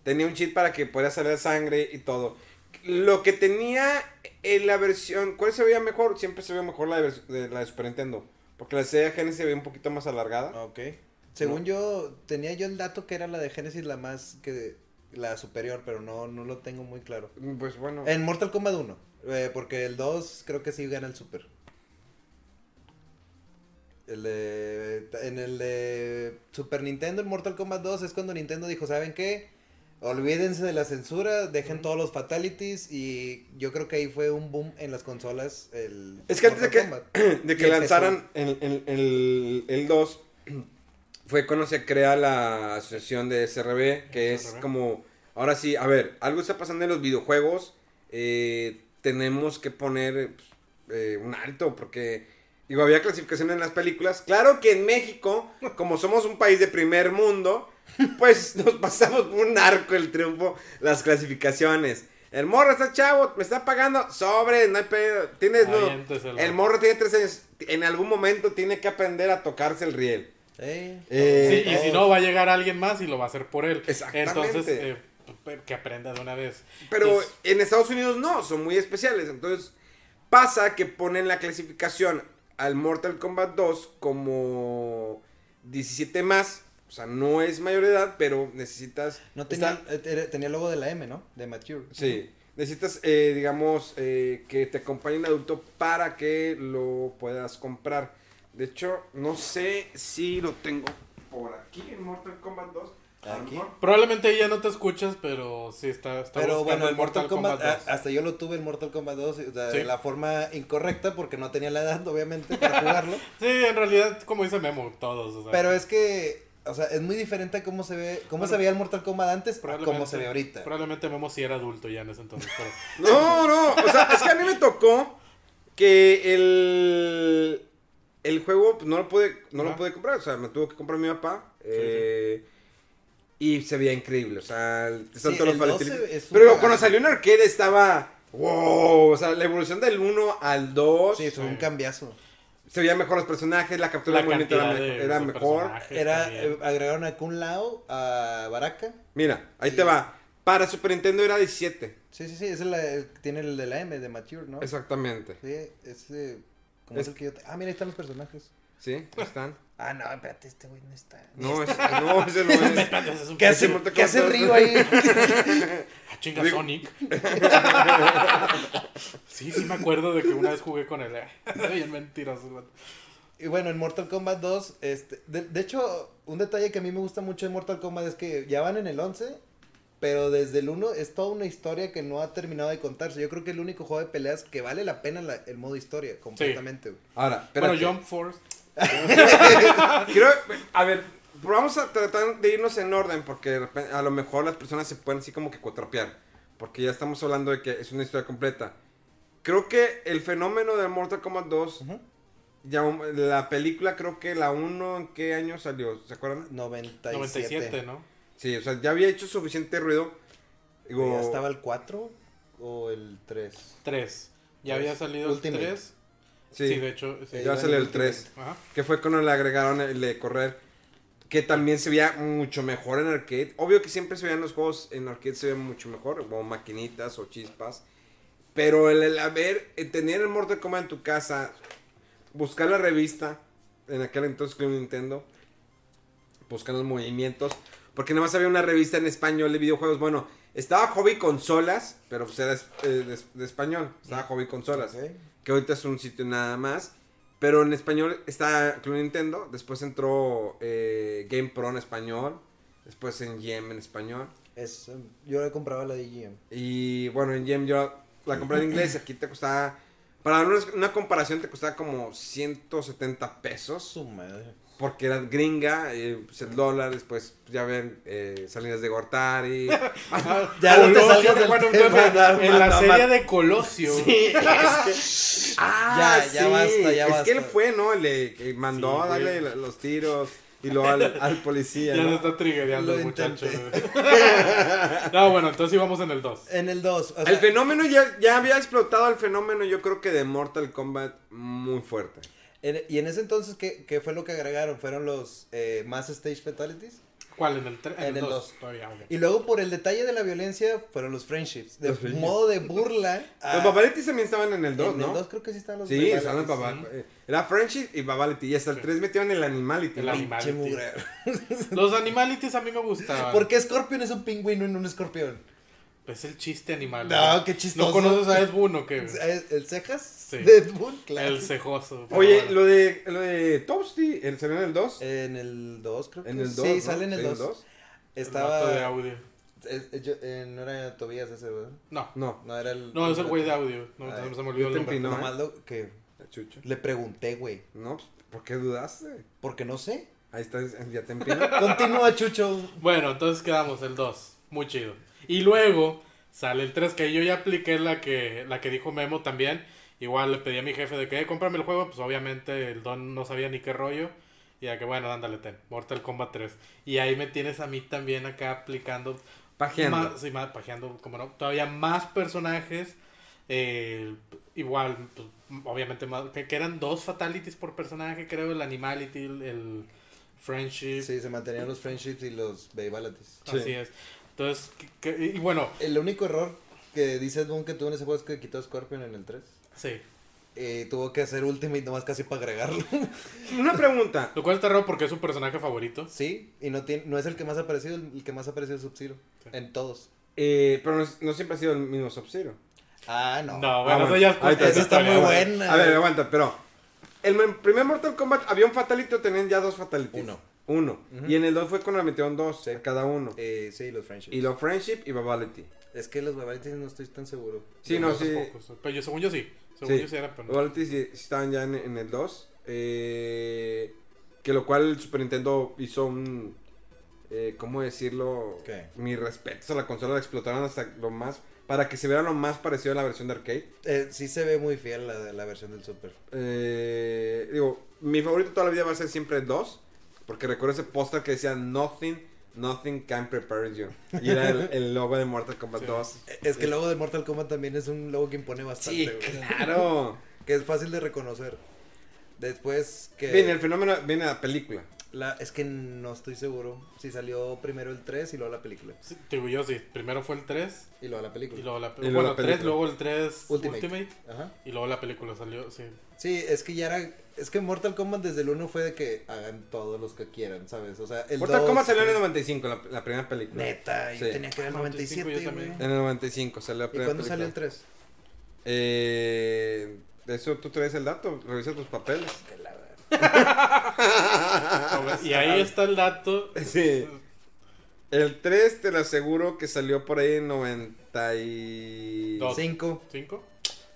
S3: Tenía
S1: un
S3: un cheat.
S1: cheat para que pudiera salir sangre y todo. Lo que tenía en la versión. ¿Cuál se veía mejor? Siempre se veía mejor la de, vers- de la de Super Nintendo. Porque la Sega Genesis se veía un poquito más alargada.
S3: Ok. Según yo, tenía yo el dato que era la de Genesis la más que la superior, pero no, no lo tengo muy claro.
S1: Pues bueno.
S3: En Mortal Kombat 1, eh, porque el 2 creo que sí gana el Super. El de- en el de Super Nintendo, en Mortal Kombat 2, es cuando Nintendo dijo, ¿saben qué? Olvídense de la censura, dejen todos los fatalities y yo creo que ahí fue un boom en las consolas. El
S1: Es que antes de
S3: Mortal
S1: que, <clears throat>
S3: Kombat.
S1: de
S3: Y
S1: que
S3: empezó.
S1: lanzaran el, el, el, el 2, fue cuando se crea la asociación de SRB, que es
S2: SRB.
S1: como, ahora sí, a ver, algo está pasando en los videojuegos, eh, tenemos que poner pues, eh, un alto, porque, digo, había clasificación en las películas, claro que en México, como somos un país de primer mundo, pues <laughs> nos pasamos por un arco el triunfo, las clasificaciones. El morro está chavo, me está pagando sobre, no hay pedo. Tienes, no.
S2: Aviéntesela.
S1: El morro tiene tres años. En algún momento tiene que aprender a tocarse el riel.
S3: Eh,
S1: Eh,
S2: Sí, y si no, va a llegar alguien más y lo va a hacer por él.
S1: Exactamente.
S2: Entonces, eh, p- que aprenda de una vez.
S1: Pero
S2: Pues,
S1: en Estados Unidos no, son muy especiales. Entonces pasa que ponen la clasificación al Mortal Kombat 2 como 17 más. O sea, no es mayor de edad, pero necesitas...
S3: no tenía,
S1: está-
S3: eh, era- tenía el logo de la M, ¿no? De Mature.
S1: Sí. Necesitas, eh, digamos, eh, que te acompañe un adulto para que lo puedas comprar. De hecho, no sé si lo tengo por aquí en Mortal Kombat 2. A lo
S3: Aquí.
S1: mejor-
S2: probablemente ya no te escuchas, pero sí está. está
S3: Pero
S2: buscando
S3: bueno, el
S2: el
S3: Mortal Kombat, ah,
S2: Kombat 2.
S3: a- hasta yo lo tuve el Mortal Kombat 2 o sea, de
S2: Sí.
S3: la forma incorrecta porque no tenía la edad, <laughs> obviamente, para jugarlo.
S2: Sí, en realidad, como dice Memo, todos. o sea,
S3: Pero es que, o sea, es muy diferente a cómo se ve, cómo se veía el Mortal Kombat antes a cómo se ve ahorita.
S2: Probablemente Memo sí era adulto ya en ese entonces. Pero,
S1: No, no, o sea, es que a mí me tocó que el, el juego pues, no lo pude no lo
S2: Ajá.
S1: pude comprar, o sea, me tuvo que comprar mi papá. eh, Y se veía increíble, o sea, el- están
S3: Sí,
S1: todos los
S3: el 12
S1: paletelitos.
S3: es un
S1: Pero
S3: regalo.
S1: cuando salió en arcade estaba wow, o sea, la evolución del 1 al 2
S3: Sí, fue un cambiazo.
S1: se veía mejor los personajes, la captura
S2: la
S1: de movimiento era,
S2: cantidad
S1: me-
S2: de-
S1: era
S2: de
S1: mejor.
S2: personajes
S3: Era,
S2: también.
S3: eh, agregaron a Kun Lao, a Baraka.
S1: Mira, ahí te va. Para Super Nintendo era 17.
S3: Sí, sí, sí, ese la- el- tiene el de la M, de Mature,
S2: Ah.
S3: ¿no?
S1: Exactamente.
S3: Sí, ese, como
S1: Es-
S3: es el que yo... te- Ah, mira, ahí están los personajes.
S1: ¿Sí? ahí
S2: <laughs>
S1: Están.
S3: Ah, no, espérate, este güey no está.
S1: No,
S2: este.
S1: ese, no, ese no es.
S2: Entonces es un
S3: ¿Qué hace,
S1: Ese Mortal
S3: ¿qué hace
S1: Kombat
S3: Río ahí?
S2: <laughs> Ah, chinga
S1: Digo-
S3: <laughs>
S2: Sonic. sí, sí me acuerdo de que una vez jugué con él. eh. Era <laughs> Bien mentiroso. el vato.
S3: Y bueno, en Mortal Kombat 2, este, de, de hecho, un detalle que a mí me gusta mucho de Mortal Kombat es que ya van en el 11, pero desde el 1 es toda una historia que no ha terminado de contarse. Yo creo que el único juego de peleas que vale la pena la- el modo historia completamente. güey.
S1: Ahora,
S2: Bueno,
S1: espérate.
S2: Jump Force.
S1: Quiero, a ver, vamos a tratar de irnos en orden porque de repen- a lo mejor las personas se pueden así como que cuatropear. Porque ya estamos hablando de que es una historia completa. Creo que el fenómeno de Mortal Kombat 2, ya, um, la película creo que la 1, ¿en qué año salió? ¿Se acuerdan?
S3: 97.
S2: 97, ¿no?
S1: Sí, o sea, ya había hecho suficiente ruido. Digo,
S3: ¿Ya estaba el 4 o el 3?
S2: 3. Ya
S3: Tres.
S2: había salido el
S3: Ultimate.
S2: 3.
S1: Sí.
S2: Sí. de hecho. sí.
S1: ya salió el 3.
S2: Ajá.
S1: Que fue cuando le agregaron el de correr. Que también se veía mucho mejor en arcade. Obvio que siempre se veían los juegos en arcade, se veían mucho mejor. Como maquinitas o chispas. Pero el, el haber, eh, tener el Mortal Kombat en tu casa, buscar la revista, en aquel entonces Club Nintendo, buscar los movimientos. Porque nada más había una revista en español de videojuegos. Bueno, estaba Hobby Consolas, pero pues era es- eh, de, de español. Estaba Hobby Consolas
S3: Ok.
S1: que ahorita es un sitio nada más. Pero en español está Club Nintendo, después entró eh, Game Pro en español, después en GM en español.
S3: Es, eh, yo le compraba la de GM.
S1: Y bueno, en GM yo la compré en inglés, y aquí te costaba, para dar una, una comparación, te costaba como 170 pesos,
S3: Su madre.
S1: porque era gringa, eh, pues el dólar, después ya ven eh, Salinas de Gortari.
S3: Ya no te
S2: Colosio,
S3: salgas
S2: <laughs>
S3: del
S2: bueno,
S3: tema,
S2: entonces,
S3: Dharma,
S2: En la
S3: <laughs> no,
S2: serie
S3: ma-
S2: de Colosio.
S1: <laughs> Ah,
S3: Ya, ya basta, ya
S1: es que él
S3: basta.
S1: fue, ¿no? Le que mandó
S2: Sí,
S1: a darle la- los tiros y luego al, al policía.
S2: Ya
S1: ¿no?
S2: se está triggereando
S3: Lo
S2: el muchacho.
S3: intenté. <laughs>
S2: güey. no, bueno, entonces íbamos en el 2.
S3: En el 2. O
S1: El
S3: sea,
S1: fenómeno ya, ya había explotado el fenómeno, yo creo que de Mortal Kombat muy fuerte.
S3: en- y en ese entonces, ¿qué, qué fue lo que agregaron? Fueron los eh, más stage fatalities.
S2: ¿Cuál? En el 3.
S3: En el dos.
S2: Todavía,
S3: <laughs>
S2: ok.
S3: Y luego, por el detalle de la violencia, fueron los friendships. De
S1: Los friendships.
S3: modo de burla. a-
S1: los Babaletis también estaban en el 2,
S3: En el
S1: ¿no?
S3: 2 creo que sí estaban los
S1: sí,
S3: Babaletis.
S1: estaban los Babal. eh, Era Friendship y Babality. Y hasta el 3 metieron el Animality.
S2: El
S1: ¿no?
S2: animal.
S3: Che mugre.
S2: Los animalities a mí me gustaban.
S3: ¿Por qué Scorpion es un pingüino en un escorpión?
S2: Pues el chiste animal.
S3: No,
S2: güey.
S3: qué chistoso.
S2: ¿No conoces a Ed Boon o qué? güey?
S3: ¿El el cejas?
S2: Sí.
S3: <laughs> Deadpool, claro.
S2: El cejoso. pero
S1: Oye,
S2: bueno.
S1: lo de, lo de Toasty, ¿el salió en el 2?
S3: En el 2 creo que
S1: en el 2.
S3: Eh, Sí,
S1: ¿no?
S3: sale en el 2.
S2: El vato de
S3: Estaba...
S2: audio.
S3: eh, eh, yo- eh, no era Tobías ese, ¿verdad?
S2: No. No,
S1: No,
S3: No, era el...
S2: es el güey de audio. No,
S3: Ay,
S2: se me olvidó
S1: yo te
S2: el nombre.
S1: empino. ¿no?
S3: Nomás lo que
S1: Chucho.
S3: le pregunté, güey.
S1: No, pues, ¿por qué dudaste?
S3: Porque no sé.
S1: Ahí está, ya te empino.
S3: Continúa, Chucho.
S2: Bueno, entonces quedamos el 2. Muy chido. Y luego sale el 3, que ahí yo ya apliqué la que, la que dijo Memo también. Igual le pedí a mi jefe de que, "Eh, cómprame el juego. Pues obviamente el don no sabía ni qué rollo. Y ya que, bueno, ándale, ten. Mortal Kombat 3. Y ahí me tienes a mí también acá aplicando.
S1: Pajeando.
S2: Más, sí, más pajeando, como no. Todavía más personajes. eh, igual, pues, obviamente, más, que, que eran dos fatalities por personaje, creo. El Animality, el, el Friendship.
S3: Sí, se mantenían los friendships y los babalities.
S1: Sí.
S2: Así es. Entonces, que- que- y bueno,
S3: El único error que dice Edmund que tuvo en ese juego es que quitó a Scorpion en el 3.
S2: sí.
S3: Y tuvo que hacer Ultimate nomás casi para agregarlo.
S1: <laughs>
S3: <laughs>
S1: Una pregunta.
S2: Lo cual está raro porque es su personaje favorito.
S3: sí, y no, tiene, no es el que más ha aparecido, el el que más ha aparecido es Sub-Zero.
S2: Sí.
S3: En todos.
S1: Eh, pero no, es- no siempre ha sido el mismo Sub-Zero.
S3: Ah,
S2: No,
S3: no.
S2: bueno,
S1: Ah,
S2: eso ya es
S1: Ahí
S2: cuestión de
S3: Eso está
S2: historia,
S3: muy
S2: güey.
S3: bueno. buena.
S1: A ver, aguanta, pero. El men- primer Mortal Kombat había un fatality o tenían ya dos fatalities.
S3: Uno.
S1: Uno. Y en el 2 fue cuando le metieron dos a cada uno.
S3: Eh, sí, los friendships.
S1: Y los Friendship y Babality.
S3: Es que los babalities no estoy tan seguro.
S1: Sí, no, sí.
S2: Tampoco, Pero yo, según yo sí. Según
S1: Sí.
S2: yo sí era, pero no.
S1: Babality sí, sí estaban ya en, en el 2. que lo cual el Super Nintendo hizo un. eh, ¿Cómo decirlo?
S3: ¿Qué?
S1: Mi respeto a la consola, la explotaron hasta lo más. Para que se viera lo más parecido a la versión de arcade.
S3: Eh, sí se ve muy fiel la, de la versión del Super.
S1: Eh, digo, mi favorito toda la vida va a ser siempre el 2. Porque recuerdo ese póster que decía Nothing, nothing can prepare you. Y era el, el logo de Mortal Kombat
S2: Sí.
S1: 2.
S3: Eh, Es que el logo de Mortal Kombat también es un logo que impone bastante.
S1: Sí,
S3: güey.
S1: <laughs> claro.
S3: Que es fácil de reconocer. Después que...
S1: Viene el fenómeno, viene la película.
S3: la- es que no estoy seguro si salió primero el 3 y luego la película.
S2: Sí, te digo yo sí. Primero fue el 3.
S3: Y luego la película.
S2: Y luego la,
S1: luego
S2: bueno,
S1: la
S2: tres,
S1: película.
S2: luego el 3 Ultimate.
S3: Ultimate. Ajá.
S2: Y luego la película salió, sí.
S3: Sí, es que ya era... Es que Mortal Kombat desde el 1 fue de que hagan todos los que quieran, ¿sabes? O sea, el
S1: Mortal
S3: dos-
S1: Kombat salió en el 95, la, la primera película.
S3: Neta, yo
S1: Sí.
S3: tenía que ver el
S2: 95
S3: 97,
S2: yo también.
S3: güey.
S1: En el 95 salió la
S3: ¿Y
S1: primera
S3: cuándo
S1: película.
S3: salió el 3?
S1: Eh, eso tú traes el dato, revisa tus papeles.
S3: <laughs>
S2: y ahí está el dato.
S1: Sí. El 3 te lo aseguro que salió por ahí en 92.
S2: Dos.
S3: 5.
S2: 5.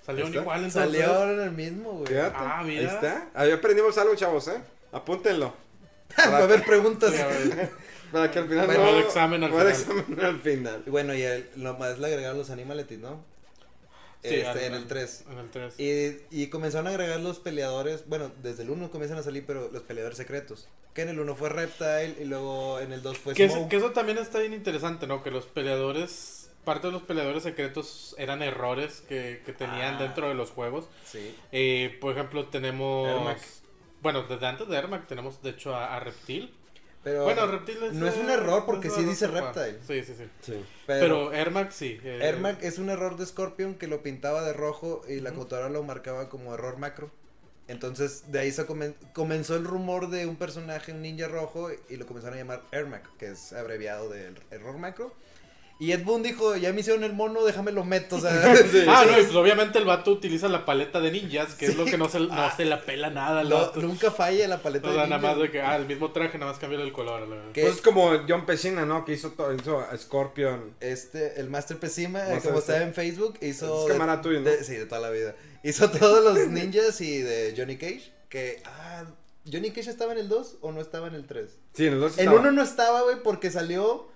S2: Salió
S1: está.
S2: igual en
S3: Salió en el mismo, güey.
S1: Fíjate,
S2: Ah, mira.
S1: Ahí está. Ahí aprendimos algo, chavos, ¿eh? Apúntenlo.
S2: <laughs>
S3: Va a haber preguntas.
S1: Para que al final.
S2: Bueno,
S1: no,
S2: el examen al
S1: para el
S2: final.
S1: examen al final.
S3: bueno, y el- lo más le agregaron los animaletis, ¿no?
S2: Sí,
S3: este,
S2: al-
S3: en el
S2: al-
S3: 3.
S2: En el 3.
S3: Y, y comenzaron a agregar los peleadores, bueno, desde el 1 comienzan a salir, pero los peleadores secretos. Que en el 1 fue Reptile y luego en el 2 fue
S2: que, es-
S3: Smoke.
S2: que eso también está bien interesante, ¿no? Que los peleadores, parte de los peleadores secretos eran errores que, que tenían
S3: Ah.
S2: dentro de los juegos.
S3: Sí.
S2: Eh, por ejemplo, tenemos...
S3: Ermac.
S2: Bueno, desde antes de Ermac tenemos, de hecho, a, a Reptil.
S3: Pero
S2: bueno, Reptil es...
S3: no es un
S2: eh,
S3: error porque
S2: es
S3: sí
S2: una
S3: dice
S2: ropa.
S3: Reptile.
S2: Sí, sí, sí.
S4: Sí.
S3: Pero,
S2: Pero, Ermac sí. eh,
S3: Ermac es un error de Scorpion que lo pintaba de rojo y la computadora lo marcaba como error macro. Entonces de ahí se comen- comenzó el rumor de un personaje, un ninja rojo, y lo comenzaron a llamar Ermac, que es abreviado del error macro. Y Ed Boon dijo, ya me hicieron el mono, déjame lo meto. O
S2: <laughs>
S3: sea, <laughs>
S2: Ah, no, y pues obviamente el vato utiliza la paleta de ninjas, que es lo que no se, no se la pela nada al
S3: Ah. Lo-
S2: vato.
S3: nunca falla la paleta
S2: O
S3: de
S2: sea, nada
S3: ninja.
S2: más de que, ah, el mismo traje, nada más cambió el color. a la verdad.
S3: Que
S1: Pues es como John Pescina, ¿no? Que hizo, to- hizo a Scorpion.
S3: este, el Master Pesima, eh,
S1: Master
S3: como estaba
S1: Pesima.
S3: en Facebook, hizo...
S1: Es camarada tuyo, ¿no?
S3: de- sí, de toda la vida. Hizo <laughs> todos los ninjas y de Johnny Cage, que... Ah, ¿Johnny Cage estaba en el 2 o no estaba en el 3?
S1: Sí, en el 2
S3: El 1 no estaba, güey, porque salió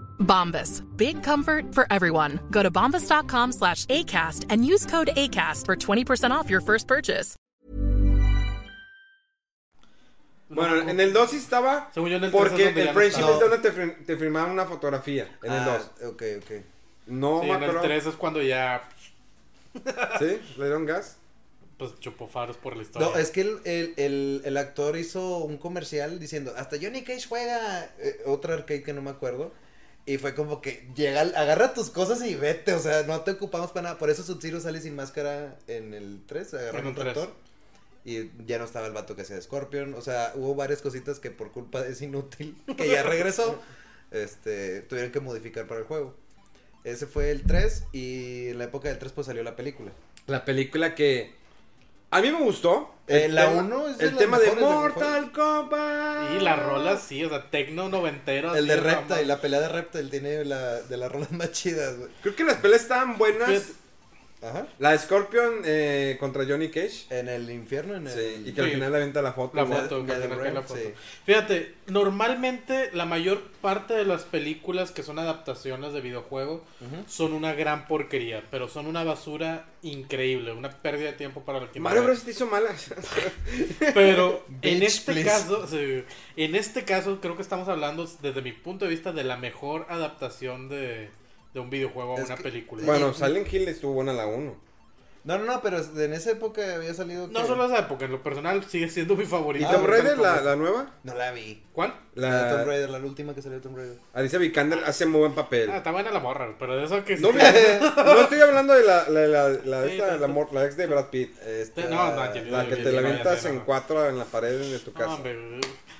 S5: Bombas. Big comfort for everyone. Go to bombas.com slash ACAST and use code ACAST for 20% off your first purchase.
S1: Bueno, en el 2 sí estaba.
S2: Según yo, en el tres es
S1: porque
S2: donde
S1: el
S2: ya no
S1: Friendship
S3: estaba.
S1: es donde te, fir- te firmaban una fotografía. En el
S3: Ah,
S1: 2.
S3: ok, ok.
S1: No
S2: Sí,
S1: me
S2: en el
S1: acuerdo.
S2: 3 es cuando ya,
S1: ¿Sí? ¿Le dieron gas?
S2: pues, chupó faros por la historia.
S3: No, es que el, el- el- el actor hizo un comercial diciendo, hasta Johnny Cage juega eh, otra arcade que no me acuerdo. Y fue como que llega, agarra tus cosas y vete, o sea, no te ocupamos para nada. Por eso Sub-Zero sale sin máscara en el 3,
S2: En
S3: agarran
S2: el
S3: otro
S2: 3.
S3: actor. Y ya no estaba el vato que hacía de Scorpion, o sea, hubo varias cositas que por culpa de es inútil, <laughs> que ya regresó, este, tuvieron que modificar para el juego. Ese fue el 3 y en la época del 3 pues salió la película.
S1: La película que. A mí me gustó.
S3: Eh,
S1: El
S3: la
S1: tema-
S3: uno es de
S1: El
S3: las
S1: tema de
S3: mejores, de las
S1: Mortal Kombat.
S2: Y la rola sí, o sea, tecno noventero. así,
S3: El de
S2: no,
S3: Reptile,
S2: mames.
S3: la pelea de Reptile tiene la, de las rolas más chidas, güey.
S1: Creo que las peleas estaban buenas.
S2: Fíjate.
S3: Ajá.
S1: La de Scorpion eh, contra Johnny Cage.
S3: En el infierno, en el.
S1: Sí, y que al
S2: Sí.
S1: final le avienta la foto.
S2: La
S1: ¿no?
S2: foto,
S3: la de
S2: que tiene acá la
S3: Brave,
S2: foto.
S3: sí.
S2: Fíjate, normalmente la mayor parte de las películas que son adaptaciones de videojuegos son una gran porquería, pero son una basura increíble, una pérdida de tiempo para el que no
S1: Mario
S2: ve.
S1: Bros. te hizo <laughs> malas. <laughs>
S2: Pero en
S3: Bitch,
S2: este
S3: please.
S2: caso, sí, en este caso creo que estamos hablando desde mi punto de vista de la mejor adaptación de, de un videojuego a
S3: Es
S2: una
S3: que-
S2: película.
S1: bueno, Silent Hill estuvo buena la 1.
S3: No, no, no, pero en esa época había salido.
S2: no
S3: que-
S2: solo esa época, en lo personal sigue siendo mi
S1: ¿Y
S2: favorita.
S1: Tomb
S2: Mortal
S1: Raider, la,
S2: Kombat.
S1: la nueva?
S3: No la vi.
S2: ¿Cuál?
S3: La de Tomb
S1: La
S3: Raider, la última que salió de Tomb Raider.
S1: Alicia Vikander hace muy buen papel.
S2: Ah, está buena la morra, pero de eso
S1: <laughs>
S2: que...
S1: No, me- no estoy hablando de la, la, la, la, de esta, la, mor- la ex de Brad Pitt.
S3: Esta-
S2: No, no, ya-
S1: La que
S2: ya-
S1: te
S2: ya
S1: la
S2: vaya a
S1: avientas
S2: ser,
S1: en
S2: no.
S1: cuatro en la pared de tu
S2: No,
S1: casa.
S2: hombre,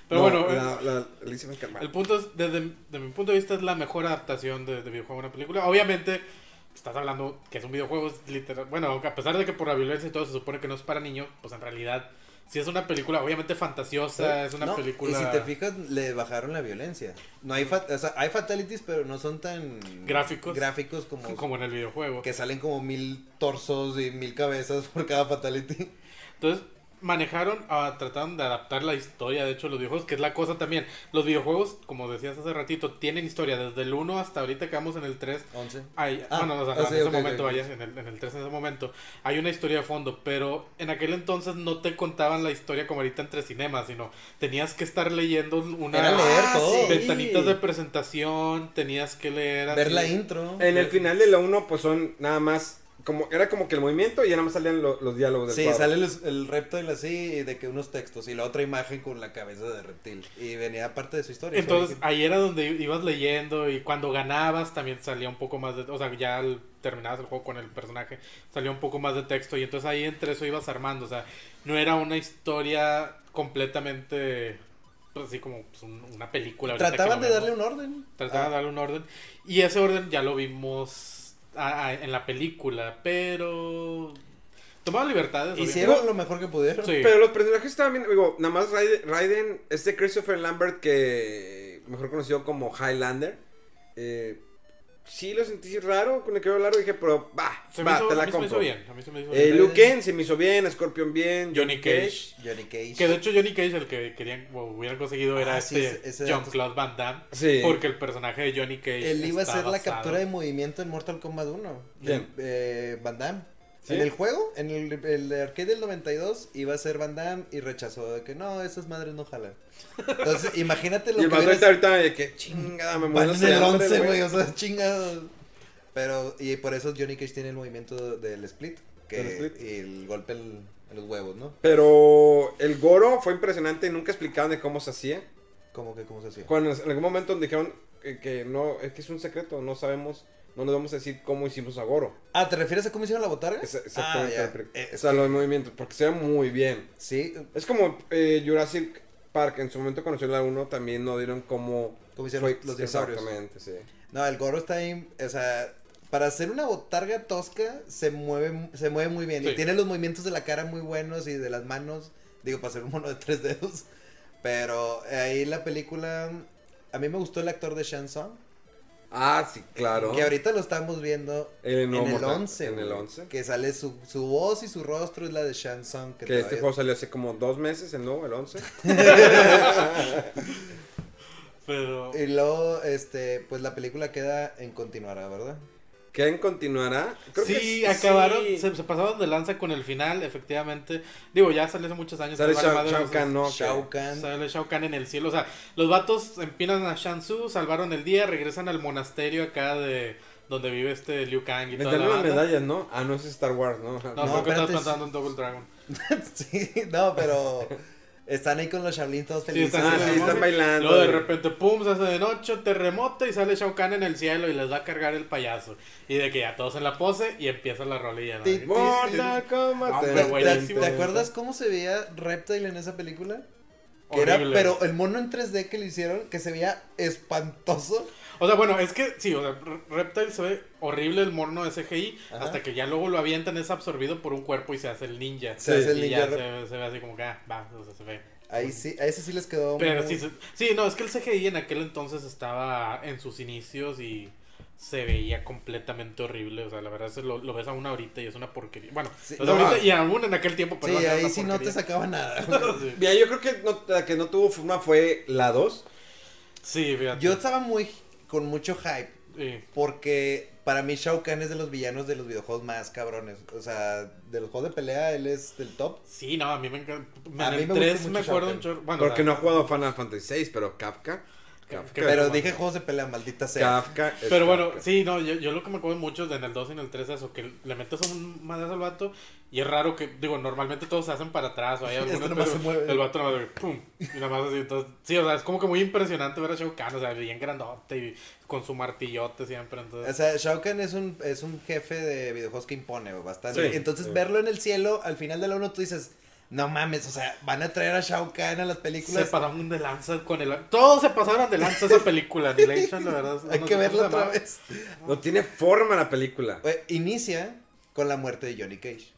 S2: Pero
S1: No,
S2: bueno,
S1: la,
S2: eh,
S1: la Alicia Vikander.
S2: el punto es, desde de mi punto de vista, es la mejor adaptación de, de videojuego a una película. Obviamente, estás hablando que es un videojuego, es literal. Bueno, a pesar de que por la violencia y todo se supone que no es para niños, pues en realidad, si es una película, obviamente fantasiosa, es una
S3: No,
S2: película.
S3: Y si te fijas, le bajaron la violencia. No hay, fat- o sea, hay fatalities, pero no son tan.
S2: Gráficos.
S3: Gráficos
S2: <laughs>
S3: como.
S2: Como en el videojuego.
S3: Que salen como mil torsos y mil cabezas por cada fatality.
S2: Entonces manejaron, ah, trataron de adaptar la historia, de hecho, los videojuegos, que es la cosa también. Los videojuegos, como decías hace ratito, tienen historia desde el 1 hasta ahorita que vamos en el 3.
S3: Once.
S2: Hay,
S3: Ah,
S2: bueno, o sea,
S3: ah, sí,
S2: en ese
S3: ok,
S2: momento,
S3: ok.
S2: vayas en el, en el 3 en ese momento, hay una historia de fondo, pero en aquel entonces no te contaban la historia como ahorita entre cinemas, sino tenías que estar leyendo una
S3: Era leer
S1: Ah,
S3: todo.
S1: sí.
S2: ventanitas de presentación, tenías que leer así.
S3: Ver la intro.
S1: En el final de la 1, pues son nada más. como Era como que el movimiento y ya nada más salían lo- los diálogos del
S3: Sí,
S1: cuadro.
S3: sale el, el reptil así, de que unos textos y la otra imagen con la cabeza de reptil. Y venía parte de su historia.
S2: Entonces, ahí era donde ibas leyendo y cuando ganabas también salía un poco más de... O sea, ya al- terminabas el juego con el personaje, salía un poco más de texto y entonces ahí entre eso ibas armando. O sea, no era una historia completamente... Pues así como pues, un- una película. ahorita que
S3: trataban
S2: lo
S3: de
S2: vemos.
S3: darle un orden.
S2: Trataban de darle un orden. Y ese orden ya lo vimos a- a- en la película, pero... Tomaron libertades.
S3: Hicieron
S2: obviamente.
S3: lo mejor que pudieron.
S2: Sí.
S1: Pero los personajes estaban bien. Digo, nada más Raiden, Raiden, este Christopher Lambert, que mejor conocido como Highlander, eh, sí lo sentí raro con el que veo largo. Dije, pero va,
S2: Se me
S1: va,
S2: hizo,
S1: te
S2: a
S1: la
S2: mí se me hizo
S1: compro.
S2: bien. A mí se me hizo
S1: Eh,
S2: bien.
S1: Liu Kang se me hizo bien, Scorpion bien,
S2: Johnny Cage.
S3: Johnny Cage.
S2: Que de hecho Johnny Cage el que querían o hubieran conseguido era
S3: Ah, sí,
S2: este
S3: ese- ese dato.
S2: Jean-Claude Van Damme.
S1: Sí.
S2: Porque el personaje de Johnny Cage.
S3: Él iba a
S2: está
S3: hacer la
S2: basado-
S3: captura de movimiento en Mortal Kombat 1.
S1: ¿Quién?
S3: Eh, Van Damme.
S1: ¿Sí?
S3: En el juego, en el, el arcade del 92, iba a ser Van Damme y rechazó de que no, esas madres no jalan. Entonces, imagínate
S1: <laughs>
S3: lo
S1: Y el
S3: que
S1: vato
S3: hubieras-
S1: está ahorita de que chingada, me
S3: Van
S1: muero.
S3: en
S1: de
S3: el
S1: hambre,
S3: 11, güey, o sea, chingado. Pero, y por eso Johnny Cage tiene el movimiento del split. Que,
S1: Del split.
S3: Y el golpe en, en los huevos, ¿no?
S1: Pero el Goro fue impresionante y nunca explicaban de cómo se hacía.
S3: Como que, ¿cómo se hacía?
S1: Cuando en algún momento dijeron que, que no, es que es un secreto, no sabemos, no les vamos a decir cómo hicimos a Goro.
S3: Ah, ¿te refieres a cómo hicieron la botarga?
S1: Esa-
S3: Ah,
S1: Exactamente.
S3: ya.
S1: la película.
S3: Eh,
S1: o sea, los movimientos, porque se ve muy bien.
S3: sí,
S1: Es como eh, Jurassic Park, en su momento conoció la 1, también no dieron cómo...
S3: Cómo hicieron
S1: fue-
S3: los dinosaurios.
S1: Exactamente, sí.
S3: No, el gorro está ahí, o sea, para hacer una botarga tosca se mueve, se mueve muy bien. Y
S2: Sí.
S3: tiene los movimientos de la cara muy buenos y de las manos, digo, para hacer un mono de tres dedos. Pero eh, ahí la película, a mí me gustó el actor de Shang Tsung,
S1: Ah, sí, claro.
S3: que ahorita lo estamos viendo
S1: El
S3: en
S1: nuevo
S3: el
S1: Mortal-
S3: 11.
S1: en el
S3: güey,
S1: 11.
S3: Que sale su, su voz y su rostro es la de Shang Tsung.
S1: Que
S3: todavía-
S1: este juego salió hace como dos meses, el nuevo, el 11.
S2: Pero.
S3: Y luego, este, pues la película queda en continuará, ¿verdad?
S1: ¿Quién continuará? Creo que
S2: sí, acabaron,
S1: sí.
S2: Se, se pasaron de lanza con el final, efectivamente. Digo, ya salió hace muchos años.
S1: Sale
S2: que vale
S1: Shao,
S2: madre,
S1: Shao
S2: los-
S1: Kahn, ¿no? <laughs>
S3: Shao Kahn.
S2: Sale Shao Kahn en el cielo. O sea, los vatos empinan a Shansu, salvaron el día, regresan al monasterio acá de donde vive este Liu Kang y
S1: Les
S2: toda
S1: dan
S2: la
S1: unas
S2: banda.
S1: medallas, ¿no? Ah, no, es Star Wars, <laughs> ¿no?
S2: No,
S3: No,
S2: creo que estás
S3: espérate,
S2: plantando un Double Dragon.
S3: <laughs> sí, no, pero están ahí con los Shaolin todos
S2: Sí,
S3: felices.
S2: están,
S1: Ah,
S2: haciendo
S1: sí,
S2: la
S1: están
S2: mami.
S1: bailando.
S2: Luego de repente, pum, se hace de noche, terremoto y sale Shao Kahn en el cielo y les va a cargar el payaso. Y de que ya todos en la pose y empieza la rolilla. ¿no?
S3: Ti, ti,
S1: Mortal Kombat.
S2: Hombre,
S3: ¿Te,
S2: Pero
S3: te-
S2: buenísimo.
S3: te acuerdas cómo se veía Reptile en esa película? Que
S2: Horrible.
S3: era, pero eh, el mono en 3D que le hicieron, que se veía espantoso.
S2: O sea, bueno, es que sí, o sea, Re- Reptile se ve horrible el morno de CGI hasta que ya luego lo avientan, es absorbido por un cuerpo y se hace el ninja.
S3: Se hace el
S2: Y
S3: ninja
S2: ya
S3: Rep-
S2: se, se ve así como que, ah, va, o sea, se ve.
S3: Ahí sí, a ese sí les quedó.
S2: Pero
S3: muy-
S2: sí, se- sí, no, es que el CGI en aquel entonces estaba en sus inicios y se veía completamente horrible. O sea, la verdad es que lo, lo ves aún ahorita y es una porquería. Bueno,
S3: Sí,
S2: lo ves
S1: no,
S2: ahorita y aún en aquel tiempo, pero
S3: Sí,
S2: era
S3: ahí
S2: una
S3: sí no te
S2: porquería.
S1: <laughs>
S3: sacaba nada.
S2: Sí.
S1: Mira, yo creo que no, la que no tuvo forma fue la 2.
S2: Sí, fíjate.
S3: Yo estaba muy con mucho hype.
S2: Sí.
S3: Porque para mí Shao Kahn es de los villanos de los videojuegos más cabrones. O sea, de los juegos de pelea, él es del top.
S2: Sí, no, a mí me encanta.
S3: A
S2: en
S3: mí
S2: el
S3: me gusta
S2: 3
S3: mucho
S2: me acuerdo
S3: Shao
S2: un chorro. Bueno,
S1: Porque
S2: o sea,
S1: no ha jugado Final Fantasy VI, pero Kafka. Kafka.
S2: Pero
S3: Pero
S2: bueno.
S3: dije juegos de pelea, maldita sea.
S1: Kafka. es
S2: Pero bueno,
S1: Kafka.
S2: sí, no, yo, yo lo que me acuerdo mucho de en el 2 y en el 3 es eso, que le metes un madrazo al vato y es raro que, digo, normalmente todos se hacen para atrás o hay algunos,
S3: <laughs> Este nomás
S2: pero
S3: se mueve.
S2: el vato nomás de pum, y nada más así, entonces, sí, o sea, es como que muy impresionante ver a Shao Kahn, o sea, bien grandote y con su martillote siempre,
S3: O
S2: entonces,
S3: sea, Shao Kahn es un, es un jefe de videojuegos que impone bastante.
S1: Sí.
S3: Entonces,
S1: Sí.
S3: verlo en el cielo, al final de la 1, tú dices, no mames, o sea, van a traer a Shao Kahn a las
S2: se
S3: películas.
S2: pasaron de lanza con el... Todos se pasaron de lanza esa película,
S3: <laughs>
S2: Annihilation, la verdad.
S3: Hay
S2: no sé
S3: que
S2: cómo
S3: verla
S2: se
S3: otra
S2: llamaba.
S3: vez.
S1: No tiene forma la película.
S3: Oye, Inicia con la muerte de Johnny Cage.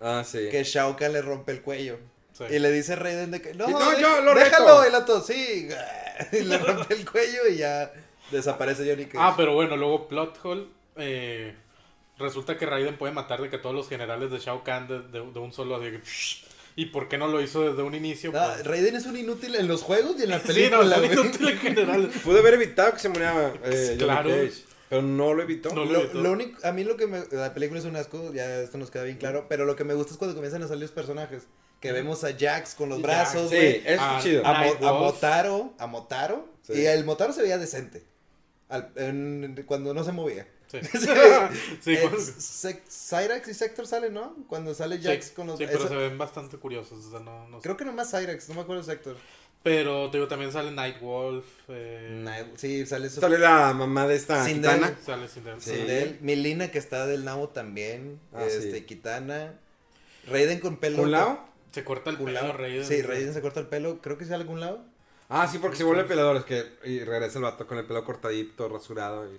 S1: Ah, sí.
S3: Que Shao Kahn le rompe el cuello.
S2: Sí.
S3: Y le dice a Raiden de que no,
S1: Y no,
S3: de-
S1: yo lo reto".
S3: déjalo, el ato, sí. <laughs>
S1: <laughs>
S3: Y le rompe el cuello y ya desaparece Johnny Cage.
S2: Ah, pero bueno, luego plot hole. eh, resulta que Raiden puede matar de que todos los generales de Shao Kahn de, de- de un solo. de- ¿Y por qué no lo hizo desde un inicio?
S3: No,
S2: Pues,
S3: Raiden es un inútil en los juegos y en la
S2: sí, no,
S3: Ah, película.
S2: son
S3: güey.
S2: inútiles generales.
S1: Pude haber evitado que se muriera eh,
S2: Claro.
S1: Johnny Cage, pero no lo evitó.
S2: No
S3: Lo,
S2: evitó.
S3: lo único, a mí lo que me, la película es un asco, ya esto nos queda bien claro, pero lo que me gusta es cuando comienzan a salir los personajes, que vemos a Jax con los
S2: Jax,
S3: brazos,
S1: sí,
S3: güey,
S1: es
S2: Ah,
S1: chido.
S3: a, Mo- a
S2: Nightwolf.
S3: Motaro, a Motaro,
S1: Sí.
S3: y el Motaro se veía decente, al- en- cuando no se movía. <laughs>
S2: Sí. Sí,
S3: Eh,
S2: bueno, sí,
S3: Sec- Cyrax y Sector salen, ¿no? Cuando sale Jax con los...
S2: sí, pero
S3: eso-
S2: se ven bastante curiosos. o sea, no- no sé.
S3: Creo que nomás Cyrax, no me acuerdo de Sector.
S2: Pero te digo, también sale Nightwolf. Eh,
S3: Night- Sí, sale su...
S1: Sale la mamá de esta
S3: Sin
S1: gitana.
S3: dedo.
S2: Sale Cinderella.
S3: Sí, de él. Milina que está del nabo también.
S1: Ah,
S3: este,
S1: sí.
S3: Kitana. Raiden con pelo.
S1: ¿Un lado?
S2: Se corta el
S3: Culao.
S2: pelo, Raiden.
S3: Sí, Raiden se corta el pelo. Creo que es de algún lado.
S1: Ah, sí, porque se vuelve pelador. Es que y regresa el vato con el pelo cortadito, rasurado. Y...